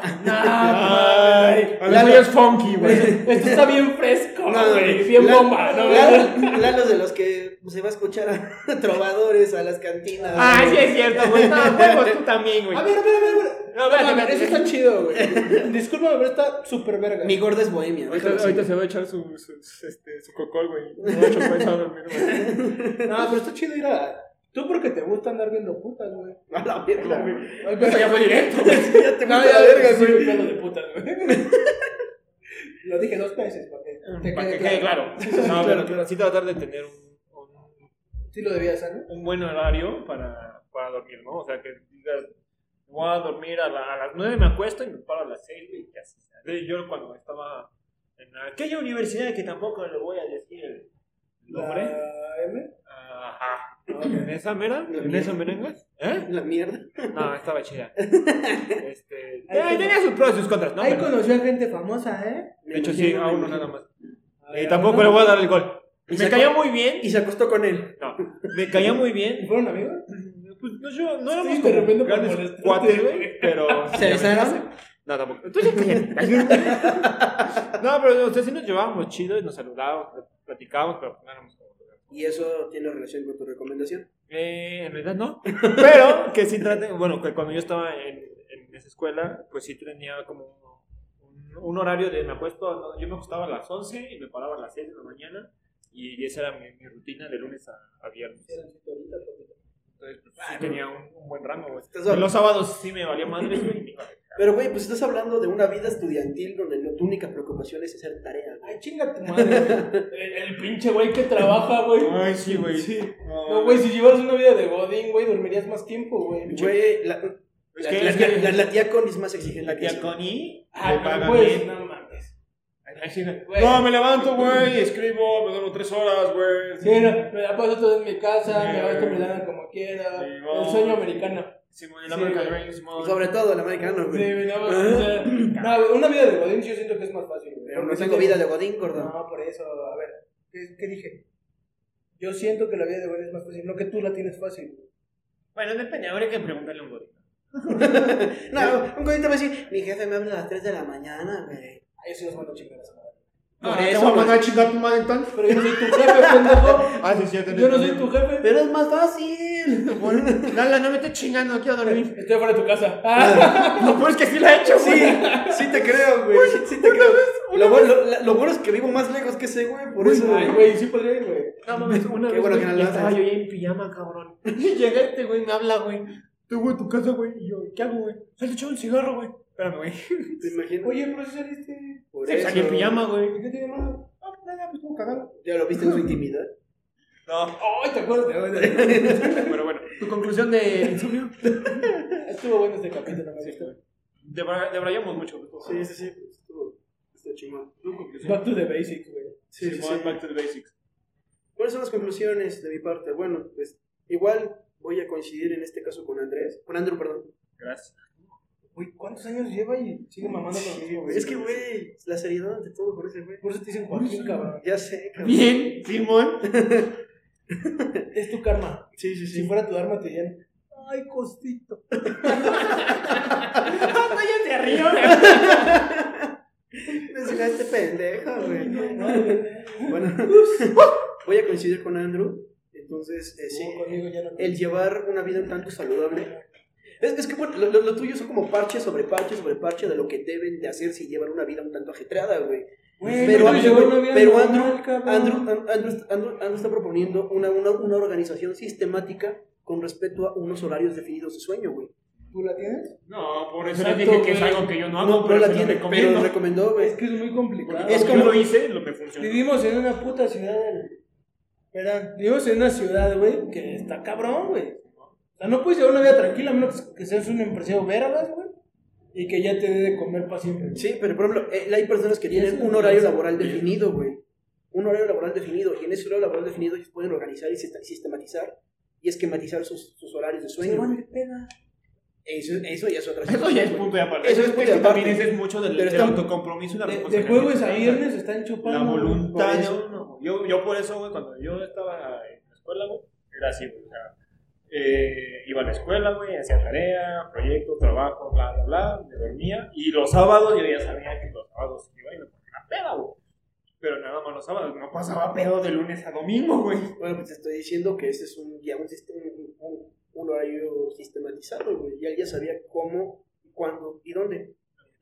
Speaker 4: Ay,
Speaker 6: Ay,
Speaker 4: Lalo
Speaker 6: Lalo-
Speaker 4: es funky, güey. Esto está bien fresco,
Speaker 5: No, no,
Speaker 4: güey. Bien
Speaker 5: Lalo-
Speaker 4: bomba, ¿no?
Speaker 5: Lalo, Lalo es de los que se va a escuchar a trovadores, a las cantinas.
Speaker 4: Ay, Ah, sí es cierto, güey. No, huevos, tú también, güey.
Speaker 6: A ver, a ver, a ver, a ver.
Speaker 4: No,
Speaker 6: No,
Speaker 4: espérate,
Speaker 6: a ver,
Speaker 4: espérate.
Speaker 6: eso está chido, güey. Discúlpame, pero está súper verga.
Speaker 5: Mi gorda es bohemia.
Speaker 4: Ahorita,
Speaker 5: déjalo
Speaker 4: ahorita
Speaker 5: así.
Speaker 4: se va a echar su, su, su- este, su cocol, güey. No va a chupar esa dormir, güey.
Speaker 6: No, pero está chido ir a. Tú porque te gusta andar viendo putas, güey.
Speaker 5: A la verga, güey.
Speaker 6: Ay, pero ya fue directo,
Speaker 5: Ya te
Speaker 6: No,
Speaker 5: fuiste a
Speaker 6: ya
Speaker 5: la verga,
Speaker 6: verga,
Speaker 5: güey.
Speaker 6: soy un pedo de putas, güey. Lo dije dos veces, para que te
Speaker 4: Mm, Para que quede claro. No,
Speaker 6: claro,
Speaker 4: pero
Speaker 6: claro.
Speaker 4: sí tratar de tener un, un,
Speaker 6: Sí lo debías, ¿eh? ¿sabes?
Speaker 4: un buen horario para, para dormir, ¿no? O sea, que digas, voy a dormir a, la- a las 9 me acuesto y me paro a las 6, güey, y así. Entonces, Yo cuando estaba en aquella universidad que tampoco le voy a decir el nombre.
Speaker 6: La M.
Speaker 4: Ajá. ¿En esa mera?
Speaker 5: La
Speaker 4: ¿En
Speaker 5: mía.
Speaker 4: esa merengas? ¿Eh?
Speaker 5: La mierda.
Speaker 4: No, estaba chida. Este, eh, tenía sus pros y sus contras, ¿no?
Speaker 6: Ahí
Speaker 4: Pero-
Speaker 6: conoció a gente famosa, ¿eh?
Speaker 5: Me
Speaker 4: De hecho, sí,
Speaker 5: imagino,
Speaker 4: a
Speaker 5: me
Speaker 4: uno
Speaker 5: imagino.
Speaker 4: nada más.
Speaker 6: Ay,
Speaker 4: Y tampoco
Speaker 6: ¿no?
Speaker 4: le voy a dar el gol.
Speaker 5: Y
Speaker 4: Me
Speaker 5: se
Speaker 4: caía
Speaker 5: acostó-
Speaker 4: muy bien.
Speaker 5: Y se acostó con él.
Speaker 4: No, me caía muy bien.
Speaker 6: ¿Fueron amigos?
Speaker 4: Pues no, yo, no éramos
Speaker 6: de
Speaker 4: como
Speaker 6: repente por
Speaker 4: grandes
Speaker 6: molestarte,
Speaker 4: cuates,
Speaker 6: güey.
Speaker 4: güey, pero...
Speaker 5: ¿Se besaron?
Speaker 4: No, tampoco. Tú ya cállate. No, pero o sea, sí nos llevábamos chido y nos saludábamos, platicábamos, pero no éramos como...
Speaker 5: Y eso tiene relación con tu recomendación.
Speaker 4: Eh, en realidad no. Pero que sí traten, bueno, que cuando yo estaba en, en esa escuela, pues sí tenía como un, un horario de me acuesto, no, yo me acostaba a las 11 y me paraba a las 6 de la mañana y esa era mi, mi rutina de lunes a, a viernes. Entonces, pues, sí tenía un, un buen rango, güey.
Speaker 5: Estás-
Speaker 4: Y Los sábados sí me valía madre, güey, y me iba.
Speaker 5: Pero, güey, pues estás hablando de una vida estudiantil donde no- tu única preocupación es hacer tarea. güey.
Speaker 6: Ay, chinga tu madre. güey. El, el pinche güey que trabaja, güey.
Speaker 4: Ay, sí, güey.
Speaker 6: Sí. No, güey, si llevaras una vida de Godín, güey, dormirías más tiempo, güey.
Speaker 5: Güey, la, la-
Speaker 4: Es que-
Speaker 5: Eh, la-
Speaker 4: es que-
Speaker 5: la- la tía Connie es más exigente
Speaker 4: La
Speaker 5: que
Speaker 4: tía
Speaker 5: eso.
Speaker 4: Connie
Speaker 6: Ay, pues,
Speaker 4: le
Speaker 6: no,
Speaker 4: paga
Speaker 6: ah, güey,
Speaker 4: bien.
Speaker 6: no mames.
Speaker 4: Ay, sí,
Speaker 6: Güey.
Speaker 4: No, me levanto, güey, escribo, me duermo tres horas, güey.
Speaker 6: Sí, no, me la paso todo en mi casa,
Speaker 4: Sí.
Speaker 6: me gasto mi lana como quiera.
Speaker 4: Sí,
Speaker 6: el
Speaker 4: no.
Speaker 6: sueño americano.
Speaker 4: Sí, güey,
Speaker 6: Sí,
Speaker 4: el American
Speaker 6: güey.
Speaker 4: Dream, Simón.
Speaker 5: Y Sobre todo el americano,
Speaker 6: Sí,
Speaker 5: güey.
Speaker 6: güey, no, o sea, no, güey, una vida de Godín yo siento que es más fácil. güey.
Speaker 5: Pero no
Speaker 6: Porque siento-
Speaker 5: tengo vida de godín, gordo.
Speaker 6: No, por eso, a ver, ¿qué, qué dije? Yo siento que la vida de Godín es más fácil, no que tú la tienes fácil.
Speaker 4: Bueno, depende, habría que preguntarle a un gordo.
Speaker 5: No, un godín te va a decir, mi jefe me habla a las 3 de la mañana, güey.
Speaker 6: Ahí sí nos van a chingar a esa madre.
Speaker 5: Por
Speaker 3: te
Speaker 5: eso,
Speaker 3: voy a
Speaker 5: güey.
Speaker 3: mandar a chingar a tu madre entonces.
Speaker 6: Pero yo no soy tu jefe, pendejo.
Speaker 3: Ah, sí, sí, ya tenés
Speaker 6: Yo no soy tu
Speaker 3: problema.
Speaker 6: jefe.
Speaker 5: Pero es más fácil.
Speaker 3: Lala, no me estés chingando, quiero dormir.
Speaker 6: Estoy afuera de tu casa. Ah,
Speaker 4: Lo peor es que sí la he hecho,
Speaker 5: Sí, sí te creo, güey. Sí, sí te creo. Lo, bueno- lo- la- lo bueno es que vivo más lejos que ese, güey. Por eso.
Speaker 6: Ay, güey, sí podría ir, güey.
Speaker 4: No mames, una
Speaker 5: Qué
Speaker 4: vez
Speaker 5: bueno
Speaker 4: güey,
Speaker 5: que no lo
Speaker 4: estaba
Speaker 5: haces.
Speaker 4: yo ya en pijama, cabrón. Y llega este güey, me habla, güey. Te voy a tu casa, güey. Y yo, ¿qué hago, güey? Se le echó un cigarro, güey. Espérame, güey.
Speaker 5: ¿Te imaginas?
Speaker 6: Oye, pero si saliste.
Speaker 5: por
Speaker 4: Se saqué en pijama,
Speaker 6: ¿Y
Speaker 4: güey.
Speaker 6: qué te llamaron? Ah, pues nada, pues como cagado.
Speaker 5: ¿Ya lo viste en su intimidad?
Speaker 4: No,
Speaker 6: Ay, te acuerdas de hoy.
Speaker 4: pero bueno. ¿Tu conclusión de insomnio?
Speaker 6: Estuvo bueno este capítulo, me gustó.
Speaker 4: Debra- Debrayamos mucho.
Speaker 5: Sí, sí, sí. pues, estuvo- Está chingón.
Speaker 4: Tu conclusión.
Speaker 6: Back to the basics, güey.
Speaker 5: Sí, sí,
Speaker 4: Simón,
Speaker 5: sí.
Speaker 4: Back to the basics.
Speaker 5: ¿Cuáles son las conclusiones de mi parte? Bueno, pues igual voy a coincidir en este caso con Andrés. Con Andrew, perdón.
Speaker 4: Gracias.
Speaker 6: Güey, ¿cuántos años lleva y sigue mamando con lo mismo, güey?
Speaker 5: Es que, güey, la seriedad ante todo por ese, güey.
Speaker 6: Por eso te dicen Joaquín, cabrón.
Speaker 5: Ya sé, cabrón.
Speaker 4: Bien, Simón.
Speaker 6: Es tu karma.
Speaker 5: Sí, sí,
Speaker 6: Si
Speaker 5: sí.
Speaker 6: fuera tu arma, te dirían. Ay, costito.
Speaker 4: Váyate arriba,
Speaker 5: Me sacaste pendejo, güey.
Speaker 6: Madre.
Speaker 5: Bueno, voy a coincidir con Andrew. Entonces, eh, sí.
Speaker 6: No, conmigo ya no.
Speaker 5: el llevar una vida un tanto saludable. Es, es que bueno, lo, lo- lo tuyo son como parche sobre parche sobre parche de lo que deben de hacer si llevan una vida un tanto ajetreada, güey.
Speaker 6: Güey,
Speaker 5: Pero,
Speaker 6: no, llevar una vida
Speaker 5: pero
Speaker 6: normal,
Speaker 5: Andrew,
Speaker 6: cabrón.
Speaker 5: Andrew, An- Andrew- Andrew- Andrew está proponiendo una, una, una organización sistemática con respecto a unos horarios definidos de sueño, güey.
Speaker 6: ¿Tú la tienes?
Speaker 4: No, por eso
Speaker 6: Exacto,
Speaker 4: dije que es
Speaker 6: güey.
Speaker 4: algo que yo no
Speaker 5: No,
Speaker 4: hago,
Speaker 5: no
Speaker 4: pero,
Speaker 5: la
Speaker 4: se lo
Speaker 5: tiene, pero
Speaker 4: recomiendo.
Speaker 5: lo recomendó, güey.
Speaker 6: Es que es muy complicado.
Speaker 5: Es
Speaker 4: es
Speaker 5: como-
Speaker 4: como lo hice, lo me funcionó.
Speaker 6: Vivimos en una puta ciudad, güey. Verán, vivimos en una ciudad, güey, que está cabrón, güey. O sea, no puedes llevar una vida tranquila a menos que seas un empresario vergas, güey. Y que ya te dé de comer para siempre.
Speaker 5: Sí, pero por ejemplo, eh, hay personas que
Speaker 6: Y eso
Speaker 5: tienen
Speaker 6: es
Speaker 5: un
Speaker 6: lo
Speaker 5: horario
Speaker 6: que pasa.
Speaker 5: laboral definido, güey. Un horario laboral definido. Y en ese horario laboral definido ellos pueden organizar y sist- sistematizar y esquematizar sus, sus horarios de sueño. güey. Eso, eso ya es otra
Speaker 4: Eso ya es
Speaker 5: güey.
Speaker 4: punto de aparte.
Speaker 5: Eso es punto de
Speaker 4: que también
Speaker 5: aparte.
Speaker 4: ese es mucho del,
Speaker 5: Pero
Speaker 4: del
Speaker 5: está-
Speaker 4: autocompromiso y la
Speaker 6: De, de
Speaker 4: responsabilidad
Speaker 6: jueves
Speaker 4: que
Speaker 6: a
Speaker 4: tenga.
Speaker 6: viernes están chupando.
Speaker 4: La voluntad.
Speaker 6: Por
Speaker 4: de
Speaker 6: eso.
Speaker 4: uno, güey. yo, yo por eso, güey, cuando yo estaba en la escuela, güey, era así, güey. O sea, eh, iba a la escuela, güey, hacía tarea, proyecto, trabajo, bla, bla, bla, me dormía. Y los sábados yo ya sabía que los sábados iba y me ponía una peda, güey. Pero nada más los sábados, no pasaba pedo de lunes a domingo, güey.
Speaker 5: Bueno, pues te estoy diciendo que ese es un, ya un, sistema, un, un- un horario sistematizado, güey. Ya, ya sabía cómo, cuándo y dónde.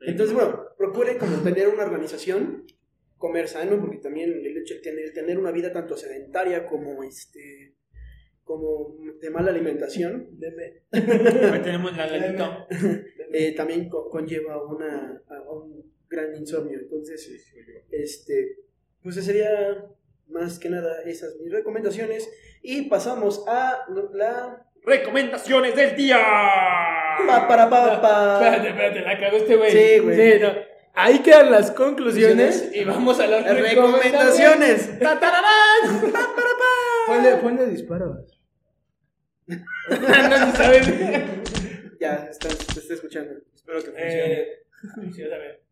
Speaker 5: Entonces, bueno, procure como tener una organización, comer sano, porque también el hecho de tener, el tener una vida tanto sedentaria como este como de mala alimentación
Speaker 4: Ahí tenemos la lanita.
Speaker 5: eh, también co- conlleva una, a un gran insomnio. Entonces, este, pues ese sería más que nada esas mis recomendaciones. Y pasamos a la...
Speaker 4: Recomendaciones del día.
Speaker 5: Pa, para, pa,
Speaker 6: Espérate,
Speaker 5: pa.
Speaker 6: espérate, la cagó este güey.
Speaker 5: Sí, güey.
Speaker 6: Sí, no. Ahí quedan las conclusiones y vamos a las recomendaciones.
Speaker 5: Recomendaciones.
Speaker 6: ¡Tatararán! Ponle, ponle disparo. no, ni sabes.
Speaker 5: Ya, están, te está escuchando. Espero que funcione.
Speaker 6: Eh, sí, a ver.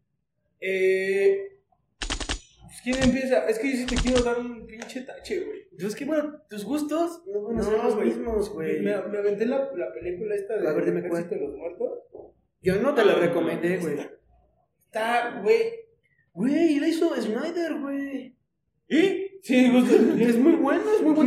Speaker 6: Eh, pues, ¿Quién empieza? Es que yo sí te quiero dar un pinche tache, güey.
Speaker 5: Pues es que, bueno, tus gustos no van a ser
Speaker 6: No,
Speaker 5: los
Speaker 6: güey.
Speaker 5: mismos, güey.
Speaker 6: Me, me aventé la, la película esta de
Speaker 5: A ver, dime
Speaker 6: Ejército de los Muertos.
Speaker 5: Yo no te la recomendé, güey.
Speaker 6: Está, güey.
Speaker 5: Güey, la hizo Snyder, güey.
Speaker 6: ¿Y? Sí, justo.
Speaker 5: Es muy bueno, es muy buen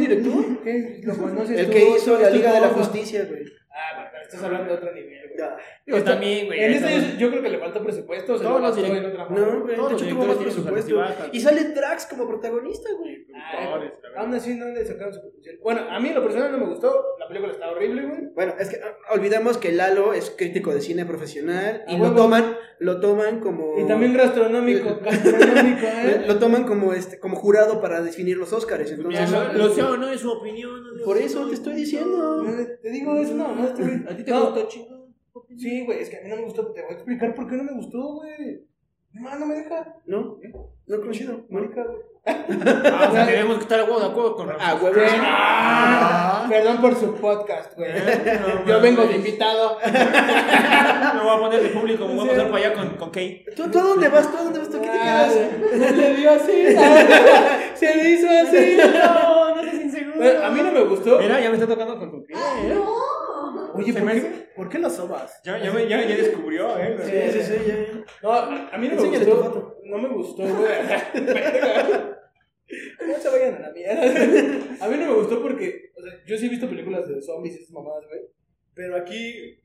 Speaker 5: director.
Speaker 6: ¿Qué? ¿Lo conoces
Speaker 5: El
Speaker 6: tú?
Speaker 5: que hizo la
Speaker 6: ¿Sabes
Speaker 5: Liga
Speaker 6: tú
Speaker 5: de la
Speaker 6: cómo?
Speaker 5: Justicia, güey.
Speaker 6: Ah, bueno, pero estás hablando de otro nivel, güey.
Speaker 5: Ya.
Speaker 6: Digo,
Speaker 4: Yo
Speaker 6: está-
Speaker 4: también, güey,
Speaker 6: En
Speaker 4: ya
Speaker 6: esta
Speaker 4: estamos-
Speaker 6: yo, yo creo que le falta presupuesto. Se
Speaker 4: Todos
Speaker 6: lo
Speaker 4: los
Speaker 6: gastó
Speaker 4: direct-
Speaker 6: en otra forma.
Speaker 5: No, güey,
Speaker 4: Todos
Speaker 5: de
Speaker 4: los
Speaker 5: hecho tuvo más
Speaker 4: directores tienen
Speaker 5: presupuesto.
Speaker 4: sus activas.
Speaker 5: Y sale Drax como protagonista, güey.
Speaker 6: Ay, Aún así no le sacaron su potencial. Bueno, a mí en lo personal no me gustó. La película está horrible, güey.
Speaker 5: Bueno, es que ah, olvidamos que Lalo es crítico de cine profesional y
Speaker 6: Ah,
Speaker 5: lo
Speaker 6: huevo.
Speaker 5: toman, lo toman como
Speaker 6: Y también gastronómico. gastronómico,
Speaker 5: Oh. lo-
Speaker 6: ¿eh?
Speaker 5: lo toman como este como jurado para definir los Óscares, entonces
Speaker 6: Mira,
Speaker 4: Lo sé o no es su opinión. no es
Speaker 5: por
Speaker 4: su
Speaker 5: eso te
Speaker 4: opinión.
Speaker 5: estoy diciendo.
Speaker 6: No, Te digo, es una mamá este güey.
Speaker 4: ¿A ti te
Speaker 6: No,
Speaker 4: gustó, chico?
Speaker 6: Sí, güey, es que a mí no me gustó. Te voy a explicar por qué no me gustó, güey. No, no me deja.
Speaker 5: ¿No? No coincido.
Speaker 6: Marica, güey.
Speaker 4: Ah, o sea, tenemos que estar a huevo de acuerdo con
Speaker 5: Ah, huevo.
Speaker 6: Ah, Perdón por su podcast, güey. Yo vengo de invitado.
Speaker 4: Ah, Me voy a poner de público, me voy a pasar para allá con, con Kay.
Speaker 5: ¿Tú, tú a dónde vas? ¿Tú a dónde vas? ¿Tú a qué te quedas?
Speaker 6: Ah, Le dio así, ¿sabes? se le hizo así.
Speaker 4: No, no seas inseguro.
Speaker 6: Bueno, a mí no me gustó.
Speaker 4: Mira, ya me está tocando con tu Kay.
Speaker 7: No.
Speaker 6: Oye,
Speaker 4: Se
Speaker 6: ¿por
Speaker 4: me
Speaker 6: qué, ¿por qué lo sobas?
Speaker 4: Ya, ya, me- ya, ya descubrió, ¿eh?
Speaker 6: Sí, sí, sí, No, a, a mí no me
Speaker 5: Enséñale tu
Speaker 6: gustó. No me gustó, güey. Verga. no se vayan a la mierda. A mí no me gustó porque, o sea, yo sí he visto películas de zombies y esas mamadas, güey. Pero aquí,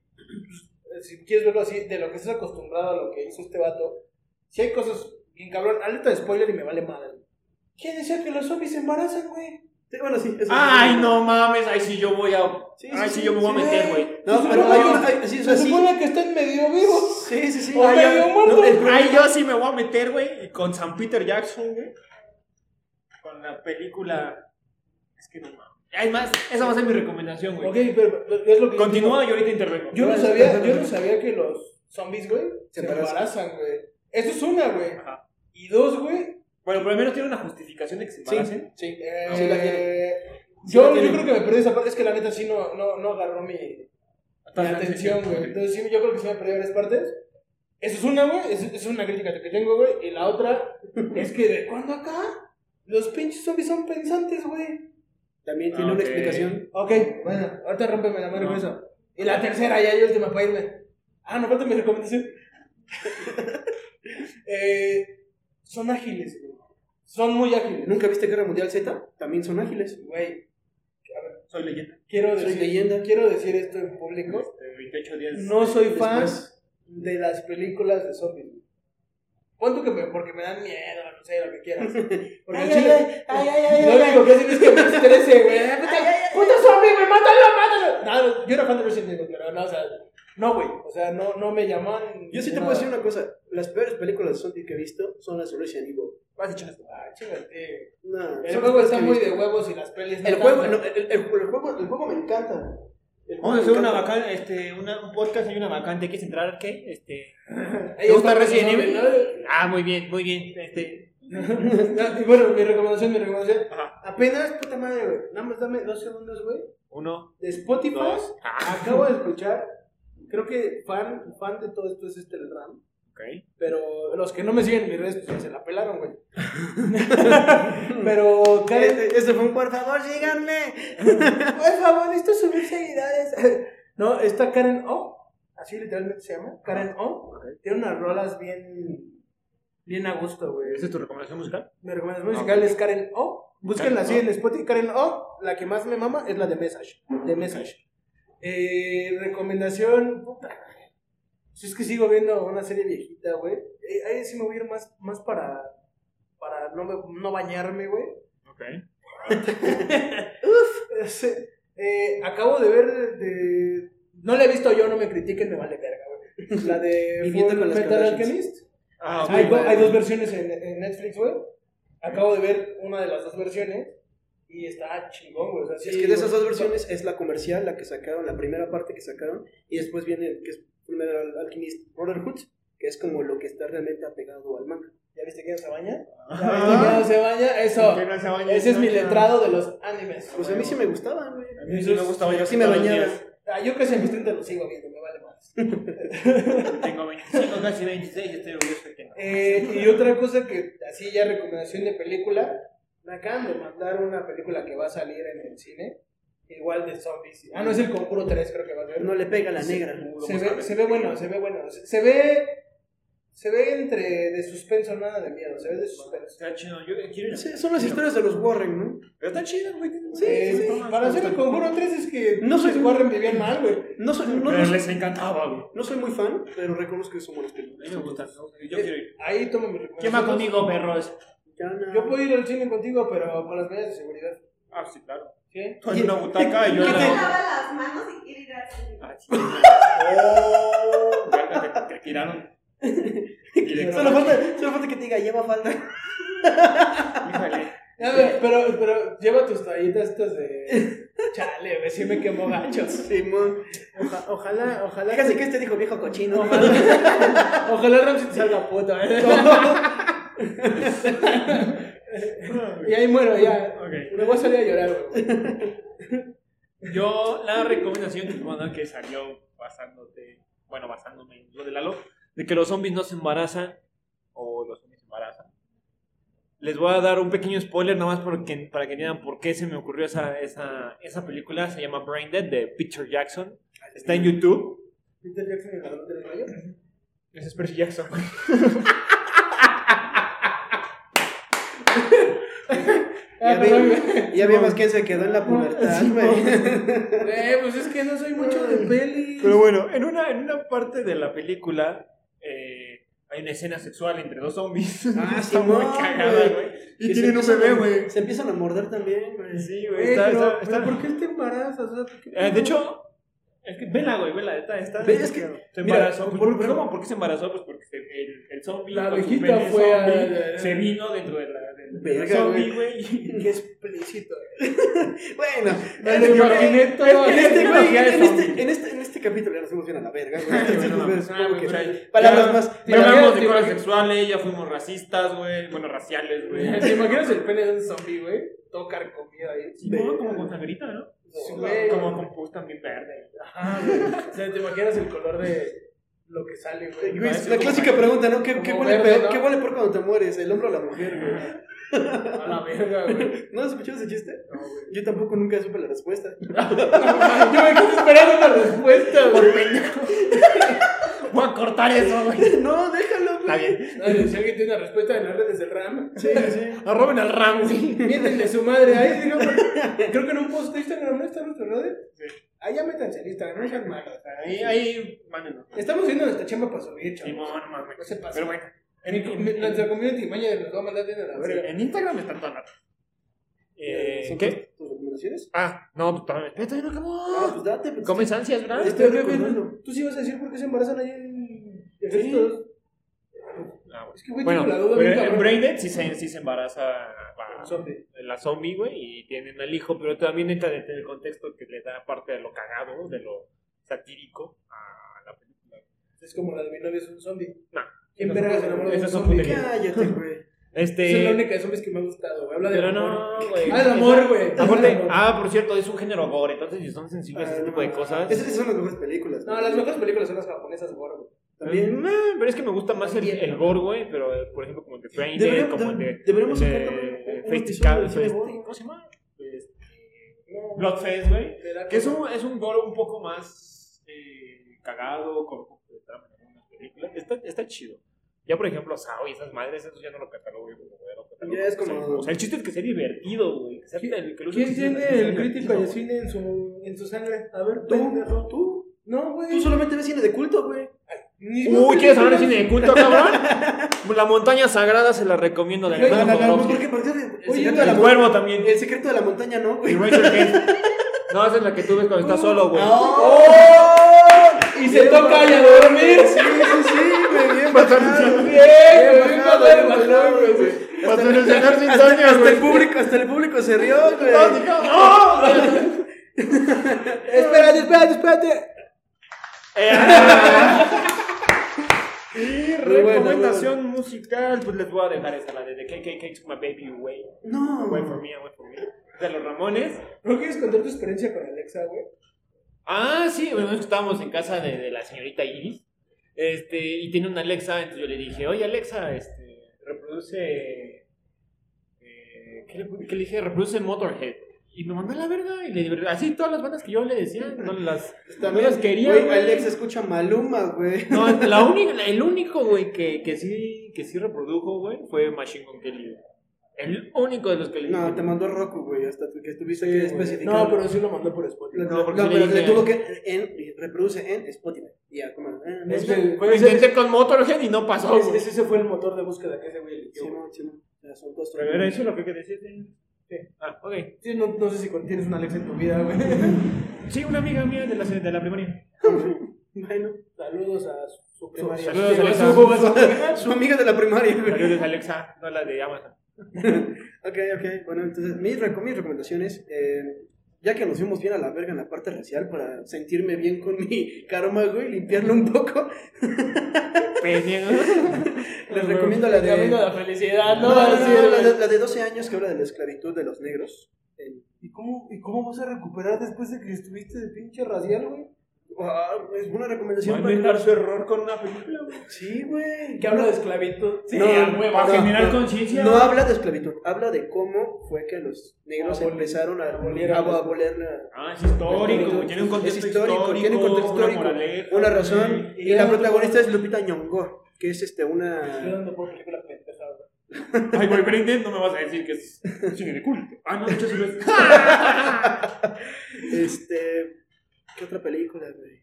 Speaker 6: pues, si quieres verlo así, de lo que estás acostumbrado a lo que hizo este vato, si hay cosas bien cabrón, alerta de spoiler y me vale madre. ¿Quién decía que los zombies se embarazan, güey?
Speaker 5: Sí, bueno, sí. eso-
Speaker 4: Ay, no mames, ay, sí, yo voy a.
Speaker 5: Sí, sí,
Speaker 4: Ay, sí,
Speaker 5: sí,
Speaker 4: yo me voy a
Speaker 5: sí.
Speaker 4: meter, güey.
Speaker 5: No,
Speaker 6: Se
Speaker 5: pero
Speaker 6: supone-
Speaker 5: hay una- hay- sí, o sea,
Speaker 6: Se
Speaker 5: sí.
Speaker 6: supone que están medio vivos.
Speaker 5: Sí, sí, sí.
Speaker 6: O
Speaker 5: Ay,
Speaker 6: medio
Speaker 5: no,
Speaker 6: muerto.
Speaker 5: el problema-
Speaker 4: Ay, yo sí me voy a meter, güey. Y con San Peter Jackson, güey. Con la película. Es que no mames. Es más, esa va a ser mi recomendación, güey.
Speaker 6: Ok, pero, pero es lo que... yo
Speaker 4: Continúa y ahorita intervengo.
Speaker 6: Yo no sabía, yo no sabía que los zombies, güey, se,
Speaker 5: embarazan.
Speaker 6: embarazan, güey. Eso es una, güey.
Speaker 4: Ajá.
Speaker 6: Y dos, güey.
Speaker 4: Bueno, por lo menos tiene una justificación de que se embaracen.
Speaker 6: Sí. Eh,
Speaker 5: Sí la tiene. Sí la
Speaker 6: yo, yo
Speaker 5: tiene.
Speaker 6: creo que me perdí esa parte. Es que la neta sí no, no, no agarró mi, mi atención, güey. Entonces sí, yo creo que sí me perdí varias partes. Eso es una, güey. Es, es una crítica que tengo, güey. Y la otra es que de cuando acá los pinches zombies son pensantes, güey.
Speaker 5: También
Speaker 4: Ah,
Speaker 5: tiene una
Speaker 4: ok.
Speaker 5: explicación.
Speaker 6: Ok, bueno, ahorita rompeme la madre
Speaker 4: No.
Speaker 6: con eso. Y la tercera, ya y última para irme. Ah, no falta mi recomendación. eh, son ágiles, güey. Son muy ágiles.
Speaker 5: ¿Nunca viste Guerra Mundial Z? También son ágiles.
Speaker 6: Güey,
Speaker 4: Soy leyenda.
Speaker 6: quiero
Speaker 5: Soy
Speaker 6: decir,
Speaker 5: leyenda.
Speaker 6: quiero decir esto en público.
Speaker 4: Este, 28 días.
Speaker 6: No soy
Speaker 5: Después.
Speaker 6: fan de las películas de zombies. güey. Pon tú que me, porque me dan miedo, no sé, lo que quieras. Porque el chile-
Speaker 5: ay,
Speaker 6: Lo único que hacen es que me estrese, güey. Puta, puta zombie, güey, mátalo, mátalo. No, no, yo era fan de Resident Evil, pero no, o sea, no, güey. O sea, no, no me llaman.
Speaker 5: Yo sí te puedo decir una cosa. Las peores películas de zombie que he visto son las de Resident Evil.
Speaker 6: Vas a echar- Ah, chingate.
Speaker 5: No,
Speaker 6: El
Speaker 5: son
Speaker 6: juego
Speaker 5: las
Speaker 6: está
Speaker 5: que he
Speaker 6: muy ¿eh?
Speaker 5: visto.
Speaker 6: de huevos y las pelis. no
Speaker 5: El juego,
Speaker 6: tanto.
Speaker 5: no, el, el- el juego, el juego me encanta. El-
Speaker 8: Vamos a hacer una vacante, este, una- un podcast y una vacante. ¿Quieres entrar? ¿Qué? Este,
Speaker 5: Ahí
Speaker 8: ¿Te gusta
Speaker 5: está,
Speaker 8: Resident
Speaker 5: ¿no?
Speaker 8: Evil? Ah, muy bien, muy bien. Este,
Speaker 5: No, y bueno, mi recomendación, mi recomendación. Apenas, puta madre, güey. Nada más dame dos segundos, güey.
Speaker 8: uno,
Speaker 5: De Spotify,
Speaker 8: dos. Ah,
Speaker 5: acabo de escuchar. Creo que fan, fan de todo esto es este el Ram.
Speaker 8: ok.
Speaker 6: Pero los que no me siguen en mis redes
Speaker 5: pues,
Speaker 6: sociales se la pelaron, güey.
Speaker 5: Pero, Karen,
Speaker 6: Este, fue un por favor, síganme.
Speaker 8: Este.
Speaker 5: por favor, necesito subir seguidores. No, está Karen O. Así literalmente se llama. Karen O. Tiene unas rolas bien. Bien a gusto, güey.
Speaker 8: ¿Esa es tu recomendación musical?
Speaker 6: Mi recomendación musical es Karen O. Búsquenla así en Spotify. Karen O, la que más me mama es la de Message. De Message.
Speaker 5: Eh, recomendación, puta. Si es que sigo viendo una serie viejita, güey. Eh, ahí sí me voy a ir más, más para, para no, me- no bañarme, güey.
Speaker 8: Ok.
Speaker 5: Es, eh, acabo de ver de... No la he visto yo, no me critiquen, me vale verga, güey. La de
Speaker 6: Viviendo
Speaker 5: Full
Speaker 6: con las
Speaker 5: Metal
Speaker 6: Kardashians.
Speaker 5: Alchemist.
Speaker 8: Ah, ok.
Speaker 5: Hay, do- hay dos versiones en, en Netflix, güey. Acabo de ver una de las dos versiones y está chingón, güey. O sea, sí,
Speaker 6: Es que de
Speaker 5: güey,
Speaker 6: esas dos
Speaker 5: está-
Speaker 6: versiones
Speaker 5: es la comercial, la que sacaron, la primera parte que sacaron, y después viene el que es primero el Alchemist Brotherhood, que es como lo que está realmente apegado al manga. ¿Ya viste que no se baña?
Speaker 6: Ah, no se baña, eso. Ese es mi letrado de los animes.
Speaker 5: Pues a mí sí me gustaba, güey.
Speaker 8: A mí sí me gusta bañar.
Speaker 5: Sí me
Speaker 8: todos los
Speaker 5: bañaba.
Speaker 8: días.
Speaker 6: Ah, yo que se mis 30 lo sigo viendo, me vale más.
Speaker 8: Tengo 25, casi 26, estoy orgulloso de que tengo.
Speaker 6: Eh, y otra cosa que, así ya recomendación de película, me acaban de mandar una película que va a salir en el cine, igual de zombies. Ah, no, es el Conjuro 3, creo que va a ser.
Speaker 5: No le pega la negra.
Speaker 6: se, ve, se ve bueno, se ve bueno. Se, se ve se ve entre de suspenso, nada de miedo, se ve de suspenso.
Speaker 8: Está chido, yo quiero ir.
Speaker 5: Sí, son las historias de los Warren, ¿no?
Speaker 8: Pero está chido, güey. tiene-
Speaker 6: Eh,
Speaker 8: sí, sí.
Speaker 6: para hacer el Conjuro 3 es que
Speaker 5: No soy-
Speaker 6: los Warren vivían mal, güey.
Speaker 5: No soy, no,
Speaker 8: Pero
Speaker 5: no soy-
Speaker 8: les encantaba, güey.
Speaker 5: no soy muy fan, pero reconozco que son buenas películas.
Speaker 8: A mí me gusta, me gusta, yo quiero ir.
Speaker 6: Ahí tomo mi recomendación.
Speaker 8: ¿Quién va conmigo, perros?
Speaker 5: Ya no.
Speaker 6: Yo puedo ir al cine contigo, pero con las medidas de seguridad.
Speaker 8: Ah, sí, claro.
Speaker 6: ¿Qué?
Speaker 8: Tú en una butaca y yo
Speaker 7: No
Speaker 8: en
Speaker 7: se
Speaker 8: la
Speaker 7: lava las manos y quiere ir al cine.
Speaker 8: otra. Ah, sí. ¡Oh! Verga, Te te tiraron. Directo.
Speaker 5: Solo falta, solo falta que te diga, lleva falta.
Speaker 8: Híjole.
Speaker 6: A ver, pero, pero lleva tus toallitas estas de. Chale, güey, sí me quemó gacho.
Speaker 5: Simón.
Speaker 6: Oja- ojalá, ojalá.
Speaker 5: Casi que este dijo viejo cochino.
Speaker 6: Ojalá Ramsey te salga puto, ¿eh? y ahí muero, ya.
Speaker 8: Ok.
Speaker 6: Me voy a salir a llorar, güey.
Speaker 8: Yo, la recomendación que te voy a dar que salió basándote, bueno, basándome en lo de Lalo, de que los zombies no se embarazan, o los zombies se embarazan. Les voy a dar un pequeño spoiler, nada más porque, para que entiendan por qué se me ocurrió esa, esa, esa película. Se llama Brain Dead de Peter Jackson. Está en YouTube.
Speaker 6: Peter Jackson y el ladrón del rayo.
Speaker 8: Ese es Percy Jackson.
Speaker 5: Ya
Speaker 6: Ah,
Speaker 5: vi-
Speaker 6: perdón, güey.
Speaker 5: Ya vemos quién se quedó en la pubertad, güey.
Speaker 6: Güey, pues es que no soy mucho de pelis.
Speaker 8: Pero bueno, en una, en una parte de la película eh, hay una escena sexual entre dos zombies.
Speaker 5: Ah,
Speaker 8: Está
Speaker 5: Simón,
Speaker 8: muy cagada,
Speaker 5: güey.
Speaker 8: güey.
Speaker 5: Que
Speaker 8: Y
Speaker 5: se
Speaker 8: tienen un
Speaker 5: empiezan
Speaker 8: bebé,
Speaker 5: a-
Speaker 8: güey.
Speaker 5: Se empiezan a morder también, güey.
Speaker 8: Sí,
Speaker 6: Güey,
Speaker 8: güey. Está,
Speaker 6: pero-
Speaker 8: está,
Speaker 6: pero
Speaker 8: está-
Speaker 6: ¿por qué te embarazas? O sea, ¿por qué te
Speaker 8: Eh, de hecho, es que, vela, güey, vela, está, está.
Speaker 5: Ve, es que-
Speaker 8: se
Speaker 5: mira,
Speaker 8: embarazó. pues,
Speaker 5: por-
Speaker 8: ¿por, pero ¿cómo? ¿Por qué se embarazó? Pues porque se- el, el zombie.
Speaker 6: La
Speaker 8: con su
Speaker 6: abejita
Speaker 8: pene
Speaker 6: fue a-
Speaker 8: zombie, Se vino dentro de la. del- del
Speaker 5: Verga,
Speaker 8: zombie, güey.
Speaker 6: Qué explícito, güey.
Speaker 5: Bueno,
Speaker 6: Me lo
Speaker 5: este,
Speaker 6: imaginé
Speaker 5: güey,
Speaker 6: todo,
Speaker 5: es que
Speaker 6: así,
Speaker 5: en este, güey,
Speaker 6: demasiado
Speaker 5: en,
Speaker 6: zombie.
Speaker 5: este, en, este, en este capítulo ya nos fuimos bien a la verga, güey.
Speaker 8: Ay,
Speaker 5: Entonces,
Speaker 8: bueno,
Speaker 5: pues,
Speaker 8: ah,
Speaker 5: como
Speaker 8: güey,
Speaker 5: que
Speaker 8: pero ahí-
Speaker 5: palabras
Speaker 8: ya-
Speaker 5: más.
Speaker 8: Ya hablamos de
Speaker 6: Te
Speaker 8: cosas
Speaker 6: imagino-
Speaker 8: sexuales, ya fuimos racistas, güey. Bueno, raciales, güey.
Speaker 6: ¿Te imaginas el pene de un zombie, güey? Todo carcomido ahí.
Speaker 8: Sí, ¿no? Como con sangrita, ¿no?
Speaker 6: Sí, güey.
Speaker 8: Como con pus también verde.
Speaker 6: Ajá, Ah, güey. O sea, ¿te imaginas el color de lo que sale, güey?
Speaker 5: Güey,
Speaker 6: Parece
Speaker 5: la
Speaker 6: como-
Speaker 5: clásica pregunta, ¿no? ¿Qué, qué
Speaker 6: como
Speaker 5: huele
Speaker 6: verde,
Speaker 5: peor,
Speaker 6: ¿no?
Speaker 5: ¿Qué huele peor cuando te mueres? ¿El hombro o la mujer, güey?
Speaker 6: A la verga, güey.
Speaker 5: ¿No has escuchado ese chiste? Yo tampoco nunca supe la respuesta.
Speaker 6: Yo me quedé esperando la respuesta, güey.
Speaker 8: Voy a cortar eso, güey.
Speaker 5: no, déjalo, güey.
Speaker 6: Ay, Ah, si alguien tiene una respuesta en las redes del RAM,
Speaker 5: Sí, sí.
Speaker 8: Arroben al Ram, güey.
Speaker 6: miéntenle su madre. Ahí, digo, güey. creo que en un post de Instagram no está nuestro red.
Speaker 8: Sí.
Speaker 6: Ah, ya métanse en Instagram, no sean malos.
Speaker 8: Ahí, ahí, mándenos.
Speaker 6: Estamos haciendo nuestra chamba para subir, chavos.
Speaker 8: Simón, no mames.
Speaker 6: No se pase.
Speaker 8: Pero bueno. En,
Speaker 6: Mi- mi- Nuestra community mañana nos va a mandar bien a la
Speaker 8: Sí,
Speaker 6: verga.
Speaker 8: en Instagram están todas las. Eh,
Speaker 5: ¿Son
Speaker 8: ¿Qué?
Speaker 5: tus- ¿Tus recomendaciones?
Speaker 8: Ah, no, pues todavía. Eh, todavía no
Speaker 5: Ah,
Speaker 8: acabó.
Speaker 5: pues date. pues,
Speaker 8: Comes ansias, ¿verdad?
Speaker 5: Este-
Speaker 6: Pero, güey, güey,
Speaker 5: recordando.
Speaker 6: Tú sí vas a decir por qué se embarazan ahí en
Speaker 5: Sí.
Speaker 6: Ejércitos.
Speaker 8: Ah, bueno.
Speaker 6: Es que, güey,
Speaker 8: Bueno,
Speaker 6: tengo la duda
Speaker 8: pero
Speaker 6: bien
Speaker 8: en
Speaker 6: cabrón.
Speaker 8: Braided sí se, sí se embaraza la, zombie. La zombie, güey, y tienen al hijo, pero también entra en el contexto que le da parte de lo cagado, de lo satírico a la película.
Speaker 6: Es como la de mi novio es un zombie.
Speaker 8: No.
Speaker 6: ¿Quién verga se enamoró de un
Speaker 8: Esas son
Speaker 6: zombie?
Speaker 8: puterías.
Speaker 5: Cállate, güey.
Speaker 8: Este.
Speaker 6: Esa es la única de zombies que me ha gustado, güey. Habla de
Speaker 8: Pero no, güey.
Speaker 6: Ah, el amor, güey.
Speaker 8: Aparte, ah, por cierto, es un género gore, entonces si son sensibles a
Speaker 5: Ah,
Speaker 8: ese
Speaker 5: no,
Speaker 8: tipo de
Speaker 5: no.
Speaker 8: cosas.
Speaker 5: Esas son las mejores películas.
Speaker 6: No,
Speaker 5: güey.
Speaker 6: las mejores películas son las japonesas, gore, güey.
Speaker 5: También.
Speaker 8: Eh, pero es que me gusta más el, el gore, güey, pero eh, por ejemplo como el de Train Dead,
Speaker 5: Deberíamos-
Speaker 8: como el de...
Speaker 5: de- deberíamos
Speaker 8: el
Speaker 5: sacar
Speaker 8: de-
Speaker 5: también un-
Speaker 8: eh,
Speaker 5: un
Speaker 8: Face
Speaker 5: episodio
Speaker 8: Cap-
Speaker 5: de cine
Speaker 8: Face-
Speaker 5: gore.
Speaker 8: ¿Cómo se llama? Este, Bloodface, güey. Que es un, es un gore un poco más eh, cagado, con un poco de trama en algunas películas. Está, está chido. Ya por ejemplo, Sao y esas madres, eso ya no lo catalogo, güey, como güey, lo catalogo.
Speaker 5: Ya es como-
Speaker 8: O sea, el chiste es que sea divertido, güey. Que sea el que lo use
Speaker 6: ¿Quién
Speaker 8: que sea
Speaker 6: tiene
Speaker 8: divertido,
Speaker 6: el crítico
Speaker 8: güey.
Speaker 6: de cine en su, en su sangre? A ver,
Speaker 5: Tú, tú.
Speaker 6: No, güey.
Speaker 5: Tú solamente ves cine de culto, güey.
Speaker 6: Ni- no,
Speaker 8: Uy, ¿quieres hablar de
Speaker 6: no,
Speaker 8: cine de culto, cabrón? La montaña sagrada se la recomiendo de
Speaker 6: Güey,
Speaker 8: Alejandro
Speaker 6: la- la-
Speaker 5: Pues,
Speaker 8: Jodorowsky.
Speaker 5: ¿Por qué? ¿Por qué? El
Speaker 6: Oye,
Speaker 5: secreto de
Speaker 6: güey,
Speaker 5: la
Speaker 8: El
Speaker 5: mon-
Speaker 8: cuervo también.
Speaker 5: El secreto de la montaña, ¿no, güey?
Speaker 8: Y Rachel Kent. No, esa es la que tú ves cuando estás solo, güey.
Speaker 6: Y se toca y a dormir.
Speaker 5: Sí, sí, sí, güey. Bien bajado, güey.
Speaker 6: Bien,
Speaker 5: bajado,
Speaker 6: güey,
Speaker 5: bien
Speaker 6: bajado,
Speaker 5: bajado,
Speaker 6: güey.
Speaker 5: güey.
Speaker 4: Para solucionar sin
Speaker 5: Hasta,
Speaker 4: Toño,
Speaker 5: hasta el
Speaker 4: güey.
Speaker 5: público, hasta el público se rió, güey.
Speaker 6: Espérate, espérate, espérate.
Speaker 8: Y
Speaker 5: Muy buena,
Speaker 8: recomendación musical, pues les voy a dejar esa, la de The KKK Took My Baby Away.
Speaker 5: No.
Speaker 8: Away from me, away from me. De los Ramones.
Speaker 6: ¿No quieres contar tu experiencia con Alexa, güey?
Speaker 8: Ah, sí, bueno, es que estábamos en casa de, de la señorita Iris. Este, y tiene una Alexa, entonces yo le dije, oye Alexa, este, reproduce. eh, ¿qué, le, qué le dije? Reproduce Motorhead. Y me mandó a la verga, y le así todas las bandas que yo le decía, no las, no
Speaker 5: También,
Speaker 8: las quería.
Speaker 5: Güey,
Speaker 8: güey.
Speaker 5: Alex escucha Maluma, güey.
Speaker 8: No, la única, la- el único, güey, que, que sí, que sí reprodujo, güey, fue Machine Gun Kelly. güey. El único de los que le
Speaker 5: No, te mandó Roku, güey, hasta que estuviste
Speaker 6: Sí,
Speaker 5: que
Speaker 6: güey.
Speaker 5: especificar.
Speaker 6: No, pero sí lo mandó por Spotify.
Speaker 5: No,
Speaker 8: No, porque sí le
Speaker 5: pero
Speaker 8: dije
Speaker 5: le
Speaker 8: a-
Speaker 5: tuvo que en, reproduce en Spotify. Ya, como. eh,
Speaker 6: Es
Speaker 5: no,
Speaker 6: que,
Speaker 8: Güey,
Speaker 6: güey,
Speaker 8: intenté con Motorhead y no pasó,
Speaker 6: ese,
Speaker 8: güey.
Speaker 6: ese- ese fue el motor de búsqueda que ese güey eligió.
Speaker 5: Sí, no, sí, no. Ya son dos,
Speaker 8: Pero era eso lo que quería decir. Sí. Ah, ok.
Speaker 6: Sí, no, no sé si con- tienes una Alexa en tu vida, güey.
Speaker 8: Sí, una amiga mía de la, de la primaria.
Speaker 5: Bueno,
Speaker 6: Saludos a su, su primaria.
Speaker 8: Saludos,
Speaker 6: Su-
Speaker 8: Alexa.
Speaker 6: su- su-
Speaker 5: su amiga de la primaria, güey.
Speaker 8: Saludos, Alexa, no la de Amazon.
Speaker 5: Ok, ok. Bueno, entonces, mis, reco- mis recomendaciones. eh, ya que nos fuimos bien a la verga en la parte racial para sentirme bien con mi caroma, güey, limpiarlo un poco,
Speaker 8: Pues,
Speaker 5: les recomiendo la de.
Speaker 6: Camino a la felicidad, no,
Speaker 5: No, no, no,
Speaker 6: Sí,
Speaker 5: no,
Speaker 6: güey.
Speaker 5: la, de- la de 12 años que habla de la esclavitud de los negros. Eh,
Speaker 6: ¿Y cómo, ¿Y cómo vas a recuperar después de que estuviste de pinche racial, güey?
Speaker 5: ah, es una recomendación para
Speaker 6: Enmendar su error con una película, güey.
Speaker 5: Sí, güey.
Speaker 6: Que habla de esclavitud. Sí,
Speaker 5: No,
Speaker 6: a huevo,
Speaker 5: no,
Speaker 6: a generar
Speaker 5: no.
Speaker 6: conciencia.
Speaker 5: No
Speaker 8: Ah,
Speaker 5: habla de esclavitud, habla de cómo fue que los negros
Speaker 6: Abolir-
Speaker 5: empezaron a abolir,
Speaker 6: abolir-
Speaker 5: a abolir la...
Speaker 8: Ah, es histórico, güey, tiene un contexto
Speaker 5: Es histórico,
Speaker 8: histórico,
Speaker 5: tiene un contexto
Speaker 8: una
Speaker 5: histórico,
Speaker 8: moraleja,
Speaker 5: una razón.
Speaker 6: güey.
Speaker 5: Y la protagonista es Lupita Nyong'o, que es este
Speaker 6: Yo
Speaker 5: una...
Speaker 6: no puedo película pendeja, güey.
Speaker 8: Ay, güey, Brendan, no me vas a decir que es cine de culto. Ah, no, de hecho sí lo es.
Speaker 5: Este... ¿Qué otra película, güey?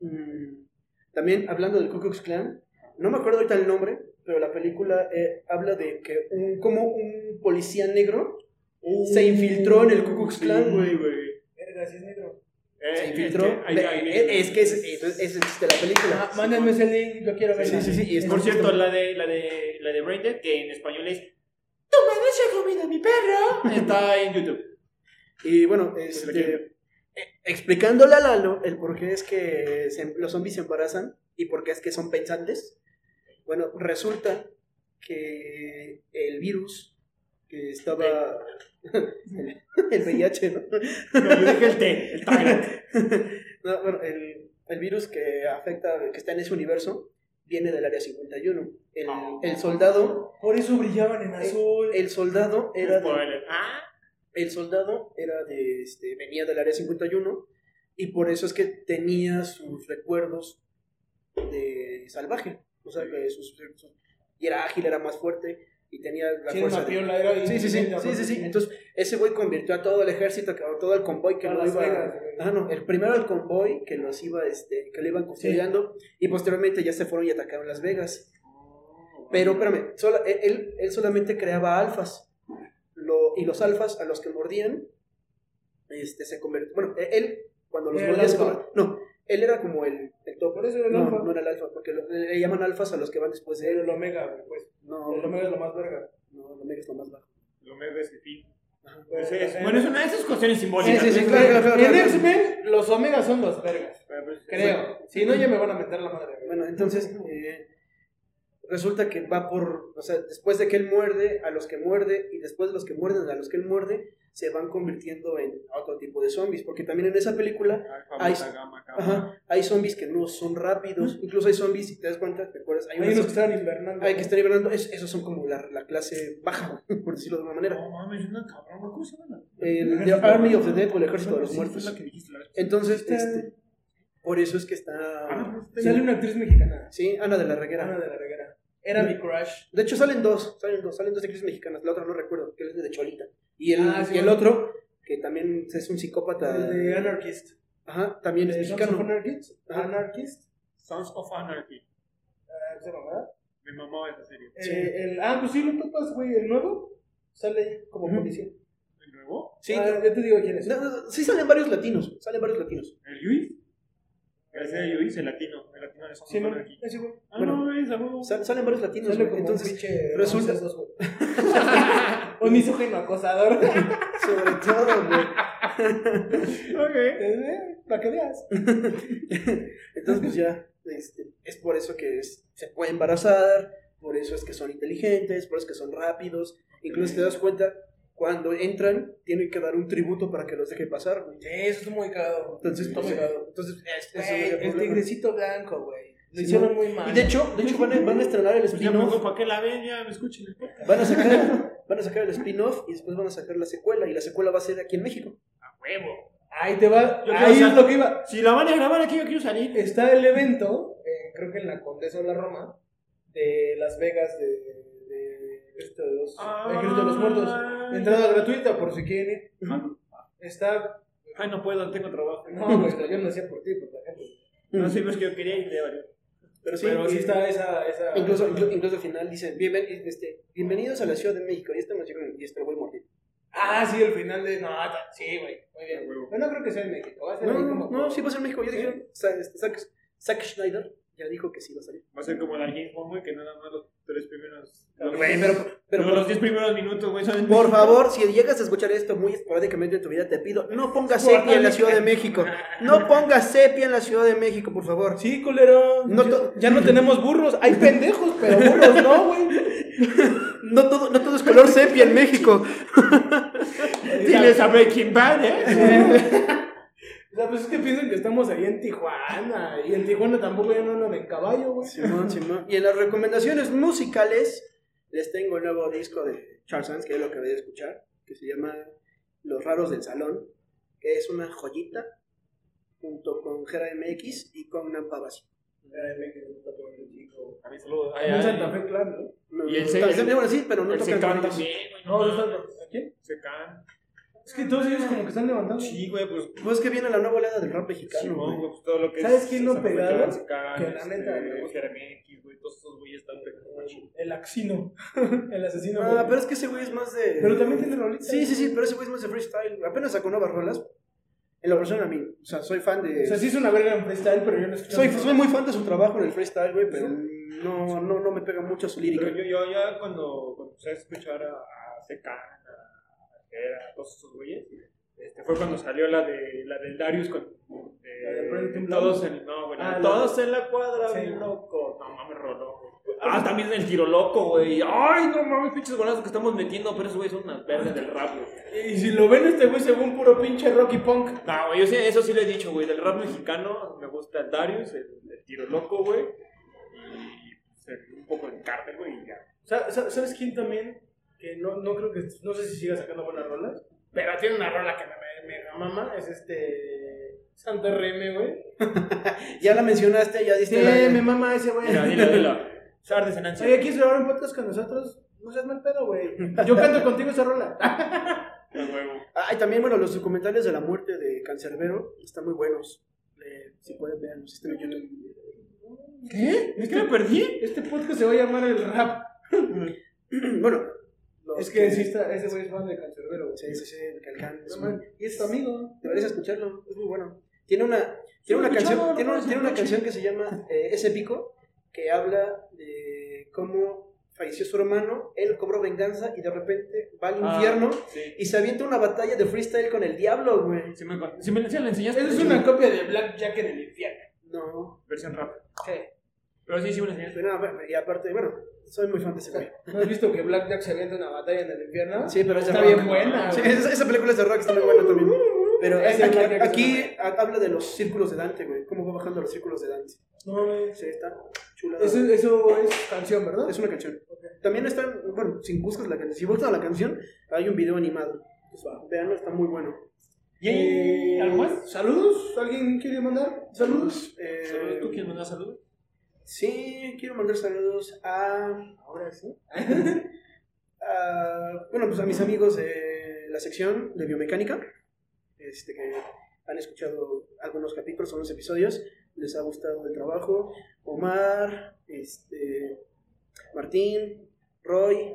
Speaker 5: Mm, también hablando del Ku Klux Klan, no me acuerdo ahorita el nombre, pero la película eh, habla de que un, como un policía negro
Speaker 8: Uh,
Speaker 5: se infiltró en el Ku Klux Klan, güey.
Speaker 6: Verga, sí es negro.
Speaker 8: Eh,
Speaker 5: se infiltró.
Speaker 8: este, ahí-
Speaker 5: Ve-
Speaker 8: ahí-
Speaker 5: eh, es que es, es, es el chiste de la película.
Speaker 6: Ah, Mándenme ese link, yo quiero verla.
Speaker 5: Sí, sí, sí, y es
Speaker 8: Por cierto, la de, la de, la de Braindead, que en español es ¡Tu madre se ha comido a mi perro! Está en YouTube.
Speaker 5: Y bueno, este, eh, explicándole a Lalo el por qué es que se- los zombies se embarazan y por qué es que son pensantes. Bueno, resulta que el virus que estaba. el, el VIH, ¿no?
Speaker 8: No, yo dije el té, el Tyrant.
Speaker 5: No, bueno, el, el virus que afecta, que está en ese universo, viene del área 51. El, el soldado.
Speaker 6: Por eso brillaban en azul.
Speaker 5: El soldado era. de-
Speaker 8: Spoiler. Ah,
Speaker 5: el soldado era de, este, venía del área 51 y por eso es que tenía sus recuerdos de salvaje. O sea, que sus, sus- y era ágil, era más fuerte y tenía la
Speaker 6: Sí,
Speaker 5: fuerza.
Speaker 6: una
Speaker 5: de-
Speaker 6: piola, era
Speaker 5: Sí, sí, sí,
Speaker 6: infinita,
Speaker 5: sí, sí, sí.
Speaker 6: porque-
Speaker 5: Entonces, ese güey convirtió a todo el ejército, a todo el convoy que
Speaker 6: A
Speaker 5: lo
Speaker 6: Las
Speaker 5: iba.
Speaker 6: Vegas, güey.
Speaker 5: Ah, no, el primero el convoy que los iba, este, que lo iban custodiando y posteriormente ya se fueron y atacaron Las Vegas.
Speaker 6: Oh,
Speaker 5: Pero espérame, sola- él- él, él solamente creaba alfas. Lo- y los alfas a los que mordían, este, se convertían. Bueno, e- él, cuando los
Speaker 6: Era el
Speaker 5: mordía, se
Speaker 6: alfa.
Speaker 5: conver- no, él era como el, el top.
Speaker 6: Por eso era el
Speaker 5: No,
Speaker 6: alfa.
Speaker 5: no era el alfa, porque lo- le, le llaman alfas a los que van después de
Speaker 6: Era
Speaker 5: él.
Speaker 6: el omega, güey, pues.
Speaker 5: No,
Speaker 6: El omega es lo más verga.
Speaker 5: no, el omega es lo más bajo.
Speaker 8: lo comer desde el fin. Ese es- Bueno, es una de esas cuestiones
Speaker 6: Sí,
Speaker 8: simbólicas.
Speaker 6: sí, sí,
Speaker 8: ¿no?
Speaker 6: claro, claro,
Speaker 5: claro.
Speaker 6: En X-Men, los Omegas son los vergas.
Speaker 8: Pero, pues,
Speaker 6: Creo. Si no, ya me van a meter la madre.
Speaker 5: Bueno, entonces eh, resulta que va por, o sea, después de que él muerde a los que muerde y después de los que muerden a los que él muerde, se van convirtiendo en otro tipo de zombies, porque también en esa película
Speaker 8: la
Speaker 5: Ay,
Speaker 8: famosa gama, gama.
Speaker 5: ajá, hay zombies que no son rápidos, incluso hay zombies, si te das cuenta, ¿te acuerdas? Hay,
Speaker 6: Hay
Speaker 5: unos
Speaker 6: unos que estaban invernando.
Speaker 5: hay que están hibernando, es- esos son como la, la clase baja, por decirlo de alguna manera.
Speaker 8: No mames, una cabrón, ¿cómo se llama? la-
Speaker 5: El, the Army of the Dead o el Ejército de los
Speaker 8: Sí,
Speaker 5: Muertos.
Speaker 8: fue la que dijiste, la vez
Speaker 5: Entonces, este, por eso es que está...
Speaker 6: Sale una actriz mexicana.
Speaker 5: Sí, Ana de
Speaker 6: pues,
Speaker 5: la
Speaker 6: Ana
Speaker 5: Reguera.
Speaker 6: de la Reguera. Era mi crush.
Speaker 5: De hecho, salen dos, salen dos, salen dos actrices mexicanas. La otra no recuerdo, que es de Cholita. Y el,
Speaker 6: Ah, sí.
Speaker 5: y el otro, que también es un psicópata.
Speaker 6: El de Anarchist.
Speaker 5: Ajá, también es
Speaker 6: ¿De Sons of
Speaker 5: mexicano.
Speaker 6: Anarchist?
Speaker 5: Ajá.
Speaker 6: Anarchist.
Speaker 8: Sons of Anarchy.
Speaker 6: Ah, ¿Se llamaba?
Speaker 8: Me mamaba esa serie.
Speaker 5: Sí.
Speaker 6: Eh, el, ah, pues sí, lo topas, güey. El nuevo sale ahí como
Speaker 5: Ujú.
Speaker 6: policía.
Speaker 8: ¿El nuevo?
Speaker 5: Sí,
Speaker 6: Ah, yo te digo quién es.
Speaker 5: no, no, no, sí salen varios latinos, salen varios latinos.
Speaker 8: ¿El Luis? Gracias a Luis, el latino. El latino de Sons
Speaker 6: Sí,
Speaker 8: of
Speaker 6: ¿no?
Speaker 8: Anarchy.
Speaker 6: Ese güey.
Speaker 8: Ah,
Speaker 5: Bueno,
Speaker 8: no, es algo.
Speaker 5: Sal- salen varios latinos,
Speaker 6: Sale
Speaker 5: güey.
Speaker 6: como
Speaker 5: entonces,
Speaker 6: un pinche
Speaker 5: resulta-
Speaker 6: Ramses dos, güey. un misógino acosador.
Speaker 5: sobre todo, güey.
Speaker 8: Ok.
Speaker 6: Eh, Para que veas.
Speaker 5: Entonces, pues ya, este, es por eso que es- se puede embarazar, por eso es que son inteligentes, por eso es que son rápidos. Incluso te das cuenta, cuando entran, tienen que dar un tributo para que los deje pasar, güey.
Speaker 6: Sí, eso es muy cagado.
Speaker 5: Entonces,
Speaker 6: está muy
Speaker 5: sí.
Speaker 6: cagado.
Speaker 5: Entonces, es- es un
Speaker 6: Güey,
Speaker 5: problema.
Speaker 6: el tigrecito blanco, güey. Lo
Speaker 5: Sí,
Speaker 6: hicieron
Speaker 5: ¿no?
Speaker 6: muy mal.
Speaker 5: Y de hecho, de hecho van, a, van a estrenar el
Speaker 8: Pues ya me
Speaker 5: spin-off.
Speaker 8: para que la ven, ya me escuchen el podcast.
Speaker 5: Van a sacar, van a sacar el spin-off y después van a sacar la secuela. Y la secuela va a ser aquí en México.
Speaker 8: A huevo.
Speaker 6: ahí te va.
Speaker 8: Yo
Speaker 6: Ahí
Speaker 8: quiero
Speaker 6: es
Speaker 8: sal-
Speaker 6: lo que iba.
Speaker 8: Si la van a grabar aquí, yo quiero salir.
Speaker 6: Está el evento, eh, creo que en la Condesa o la Roma, de Las Vegas de, de, Cristo de los, el Cristo de los Muertos. Entrada gratuita, por si quieren ir. Está.
Speaker 8: Ay, no puedo, tengo trabajo.
Speaker 6: No, güey, yo no hacía por ti, por la gente.
Speaker 8: No sé, pero es que yo quería y me valió.
Speaker 5: Pero sí,
Speaker 6: Pero sí
Speaker 5: eh,
Speaker 6: está esa. esa
Speaker 5: Incluso, inclu- incluso al final dicen, "Bienven- este, bienvenidos a la Ciudad de México. Y estamos llegando y este lo voy a morir.
Speaker 6: Ah, sí, el final de. No, ta- sí, güey. Muy
Speaker 8: A
Speaker 6: bien.
Speaker 8: huevo.
Speaker 6: Pero no creo que sea en México. Va a ser
Speaker 5: No,
Speaker 6: ahí
Speaker 5: no,
Speaker 6: como-
Speaker 5: no, sí pues. va a ser México. Ya dijeron, Sa- este, Zack, Zack Schneider ya dijo que sí va a salir.
Speaker 8: Va a ser como la James Bond, güey, que nada más los tres primeros. los-
Speaker 5: Güey, pero, pero
Speaker 8: los-
Speaker 5: por,
Speaker 8: los diez primeros minutos, güey, son.
Speaker 5: por favor, si llegas a escuchar esto muy esporádicamente en tu vida, te pido, no pongas sepia en la Ciudad de México. No pongas sepia en la Ciudad de México, por favor.
Speaker 6: Sí, culero.
Speaker 5: No
Speaker 6: Ya-
Speaker 5: to-
Speaker 6: ya no tenemos burros. Hay pendejos, pero burros no, güey.
Speaker 5: No todo, no todo es color sepia en México.
Speaker 8: Diles a Breaking Bad, ¿eh?
Speaker 6: O sea, pues es que piensan que estamos ahí en Tijuana. Y en Tijuana tampoco ya no andan en caballo, güey.
Speaker 5: Simón, Simón. Y en las recomendaciones musicales les tengo el nuevo disco de Charles Sands, que es lo que voy a escuchar, que se llama Los Raros del Salón, que es una joyita junto con Gera MX y con Nampa Basi.
Speaker 8: A mí saludos. Ay,
Speaker 6: En
Speaker 8: ay.
Speaker 6: Santa Fe, claro. ¿no?
Speaker 5: No,
Speaker 8: Y el
Speaker 5: no,
Speaker 8: se-
Speaker 5: también,
Speaker 8: el-
Speaker 5: bueno, sí, pero no
Speaker 8: El
Speaker 5: tocan
Speaker 8: Secán
Speaker 5: con ellos.
Speaker 8: también, güey.
Speaker 6: No,
Speaker 8: No,
Speaker 6: no están. ¿a ¿Quién?
Speaker 8: Secán.
Speaker 6: Es que todos ellos como que están levantando.
Speaker 8: Sí, güey, pues.
Speaker 5: Pues es que viene la nueva oleada del rap mexicano.
Speaker 8: Simón,
Speaker 5: güey.
Speaker 8: güey, pues todo lo que
Speaker 6: ¿Sabes quién no
Speaker 8: Santa Fe,
Speaker 6: pegaba?
Speaker 8: Secán,
Speaker 6: Que la
Speaker 8: este,
Speaker 6: neta, me gusta.
Speaker 8: Jeremex, güey, todos esos güeyes están pegando.
Speaker 6: El axino. el asesino.
Speaker 5: Ah,
Speaker 6: güey.
Speaker 5: pero es que ese güey es más de.
Speaker 6: Pero también tiene rolitas.
Speaker 5: Sí, sí, sí, pero ese güey es más de freestyle. Apenas sacó nuevas rolas. En la persona a mí, o sea, soy fan de.
Speaker 6: O sea, sí es una verga en freestyle, pero yo no escucho.
Speaker 5: Soy, soy muy fan de su trabajo en el freestyle, güey, pero no, no, no me pega mucho su lírica.
Speaker 8: Pero yo, yo ya cuando, cuando empecé a escuchar a, a Secán, a Jera, a todos esos güeyes, este, fue cuando salió la de la del Darius con
Speaker 6: La de Pretty
Speaker 8: eh,
Speaker 6: Blonde.
Speaker 8: todos en no, güey, la-
Speaker 6: Ah, la-
Speaker 8: todos en la cuadra,
Speaker 6: Sí.
Speaker 8: bien loco. No mames, roló. güey. Ah, también el tiro loco, güey. Ay, no mames, pinches golazos que estamos metiendo, pero esos güeyes son unas vergas del rap, güey.
Speaker 6: Y si lo ven, este güey se ve un puro pinche Rocky Punk.
Speaker 8: No, güey, yo sí, eso sí lo he dicho, güey. Del rap mexicano me gusta el Darius, el, el tiro loco, güey. Y pues, el- un poco el cártel, güey, y ya.
Speaker 6: Sa- sa- ¿Sabes quién también? Que no, no creo que. No sé si siga sacando buenas rolas. Pero tiene una rola que me, me, me mama. Es este. Santo RM, güey.
Speaker 5: Ya la mencionaste, ya diste la...
Speaker 6: mama ese, güey.
Speaker 8: Mira, dilo, dilo. Sardes en ansia.
Speaker 6: Oye, ¿quieres grabar un podcast con nosotros? No seas mal pedo, güey. Yo canto contigo esa rola.
Speaker 8: A huevo.
Speaker 5: Ah, y también, bueno, los documentales de la muerte de Cancerbero están muy buenos. Eh, si pueden ver, no sé YouTube.
Speaker 6: ¿Qué?
Speaker 8: ¿Es que me perdí?
Speaker 6: Este podcast se va a llamar el rap.
Speaker 5: bueno, los
Speaker 6: Es que sí está, ese güey es fan de Cancerbero, güey.
Speaker 5: Sí, sí, sí, el Calcán. es
Speaker 6: No,
Speaker 5: un-
Speaker 6: man, Y es tu amigo.
Speaker 5: Deberías escucharlo, es muy bueno. Tiene una, tiene una
Speaker 8: lo he escuchado,
Speaker 5: canción,
Speaker 8: lo
Speaker 5: tiene, una-
Speaker 8: puedo
Speaker 5: tiene una canción
Speaker 8: escuchar.
Speaker 5: que se llama eh, Ese Pico, que habla de cómo falleció su hermano, él cobró venganza y de repente va al
Speaker 4: Ah,
Speaker 5: infierno
Speaker 4: Sí.
Speaker 5: y se avienta una batalla de freestyle con el diablo, güey.
Speaker 4: Si me, sí me, sí la enseñaste.
Speaker 6: Esa es una copia de Black Jack en el infierno.
Speaker 5: No,
Speaker 4: Versión rap.
Speaker 6: Sí.
Speaker 4: Pero sí, sí me la enseñaste.
Speaker 5: pero nada, y aparte, bueno, soy muy fan de ese güey.
Speaker 6: ¿No has visto que Black Jack se avienta una batalla en el infierno?
Speaker 5: Sí, pero es de
Speaker 6: Está
Speaker 5: rock.
Speaker 6: bien buena.
Speaker 5: Sí,
Speaker 6: güey.
Speaker 5: esa, esa película es de rock, está muy buena también. Pero
Speaker 6: Es de
Speaker 5: aquí,
Speaker 6: rock, es de
Speaker 5: aquí ha- habla de los círculos de Dante, güey. Cómo va bajando los círculos de Dante.
Speaker 6: No mames.
Speaker 5: Sí, está chula.
Speaker 6: Eso, eso es canción, ¿verdad?
Speaker 5: Es una canción. También está, bueno, si buscas la canción, si buscas la canción, hay un video animado.
Speaker 4: Pues
Speaker 5: Veanlo, está muy bueno.
Speaker 4: ¿Y ahí? ¿Algo más?
Speaker 6: Eh, ¿Saludos? ¿Alguien quiere mandar saludos?
Speaker 5: Eh,
Speaker 4: ¿Saludos? ¿Tú quieres mandar saludos?
Speaker 5: Sí, quiero mandar saludos a. Ahora sí. a- bueno, pues a mis amigos de la sección de biomecánica, este, que han escuchado algunos capítulos, algunos episodios, les ha gustado el trabajo. Omar, este, Martín, Roy,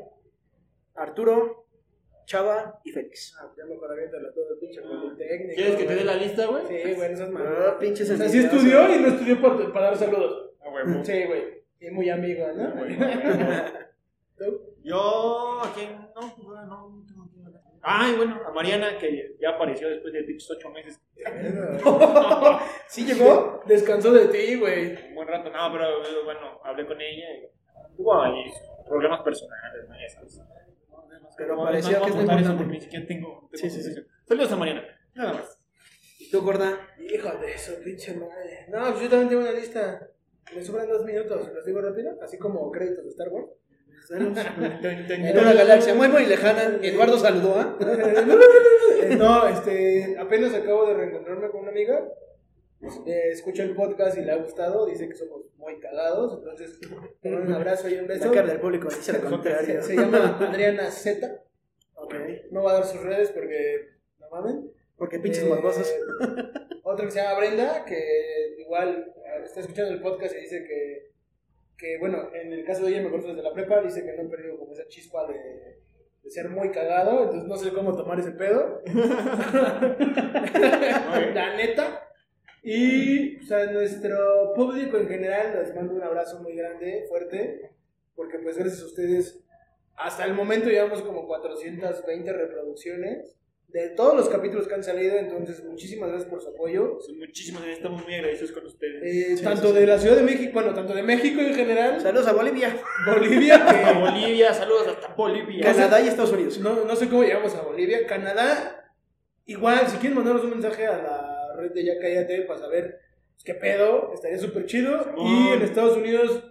Speaker 5: Arturo, Chava y Félix.
Speaker 6: Ah, Ya mejor aviéntala todo, pinche politécnico.
Speaker 4: ¿Quieres que te dé
Speaker 6: güey.
Speaker 4: la lista, güey?
Speaker 6: Sí, güey, no seas malo.
Speaker 5: Ah, pinches
Speaker 6: O sea, sí
Speaker 5: envidiosos.
Speaker 6: estudió y no estudió para, para dar saludos.
Speaker 4: Ah, huevo.
Speaker 6: Sí, güey. Y muy amigo,
Speaker 4: Ah,
Speaker 6: ¿no?
Speaker 4: huevo, huevo. Yo, ¿a quién? No, no, no tengo que mandar. Ay, bueno, a Mariana, que ya apareció después de pinches ocho meses.
Speaker 6: ¿Sí llegó? Descansó de ti, güey.
Speaker 4: Un buen rato, no, pero eh, bueno, hablé con ella y tuvo ahí problemas personales, ¿no? Ya sabes.
Speaker 5: Pero
Speaker 4: No,
Speaker 5: parecía
Speaker 4: no, no
Speaker 5: que
Speaker 4: voy
Speaker 5: es
Speaker 4: a contar eso
Speaker 5: importante.
Speaker 4: porque ni siquiera tengo. tengo
Speaker 5: Sí, sí, sí.
Speaker 4: conversación. Saludos a Mariana. Nada más.
Speaker 5: ¿Y tú, gorda?
Speaker 6: Hijo de eso, pinche madre. No, pues yo también tengo una lista. Me sobran dos minutos, los digo rápido, así como créditos de Star Wars.
Speaker 5: En una galaxia muy, muy lejana, Eduardo saludó, ¿ah?
Speaker 6: Eh, no, este, apenas acabo de reencontrarme con una amiga. Eh, escucha el podcast y le ha gustado. Dice que somos muy cagados. Entonces, un abrazo y un
Speaker 5: La
Speaker 6: beso.
Speaker 5: cara del público dice lo contrario.
Speaker 6: Se, se llama Adriana Z.
Speaker 5: Ok.
Speaker 6: No va a dar sus redes porque no mamen.
Speaker 5: Porque pinches
Speaker 6: Eh,
Speaker 5: morbosos.
Speaker 6: Otra que se llama Brenda, que igual eh, está escuchando el podcast y dice que, que, bueno, en el caso de ella me conoce desde la prepa, dice que no he perdido como esa chispa de, de ser muy cagado, entonces no sé cómo tomar ese pedo. la neta. Y pues, a nuestro público en general les mando un abrazo muy grande, fuerte, porque pues gracias a ustedes hasta el momento llevamos como 420 reproducciones de todos los capítulos que han salido, entonces muchísimas gracias por su apoyo.
Speaker 4: Pues Muchísimas gracias, estamos muy agradecidos con ustedes.
Speaker 6: Eh, tanto de la Ciudad de México, bueno, tanto de México en general,
Speaker 5: Saludos a Bolivia,
Speaker 6: Bolivia,
Speaker 5: Eh.
Speaker 4: A
Speaker 6: que
Speaker 4: Bolivia, saludos hasta Bolivia.
Speaker 5: Canadá y Estados Unidos.
Speaker 6: no, no sé cómo llegamos a Bolivia, Canadá, igual, si quieren mandarnos un mensaje a la red de Ya Cállate para saber pues, qué pedo, estaría súper chido. Y en Estados Unidos,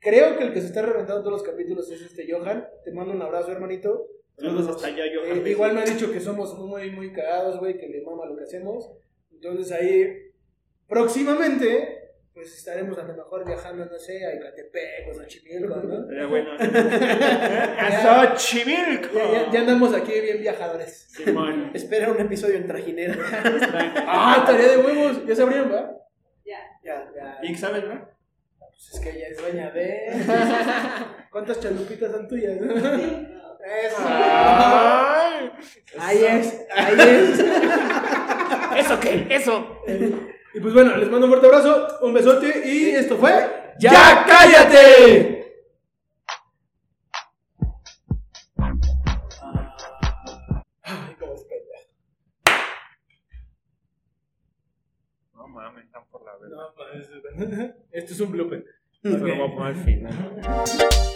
Speaker 6: creo que el que se está reventando todos los capítulos es este Johan, te mando un abrazo hermanito.
Speaker 4: Saludos hasta allá, yo.
Speaker 6: Eh, igual me han dicho que somos muy, muy cagados, güey, que le mama lo que hacemos. Entonces ahí, próximamente, pues estaremos a lo mejor viajando, no sé, a Icatepec o Xochimilco, ¿no?
Speaker 4: Eh, bueno. ¡A Xochimilco!
Speaker 6: Ya, ya- ya andamos aquí bien viajadores.
Speaker 4: Simón.
Speaker 5: Espera un episodio en trajinera.
Speaker 6: ¡Ah, tarea de huevos! Ya se abrieron, ¿verdad?
Speaker 5: ya.
Speaker 6: Ya,
Speaker 4: Bien que sabes, ¿no?
Speaker 6: pues es que ella es dueña de... ¿Cuántas chalupitas son tuyas? ¡Eso!
Speaker 4: Ay.
Speaker 6: Ahí es, ahí es.
Speaker 4: ¿Eso qué? ¿Eso?
Speaker 6: Y pues bueno, les mando un fuerte abrazo, un besote y esto fue...
Speaker 4: ¡Ya, cállate! No mames, están por la verga.
Speaker 6: Esto es un blooper.
Speaker 4: Eso lo voy a poner al final.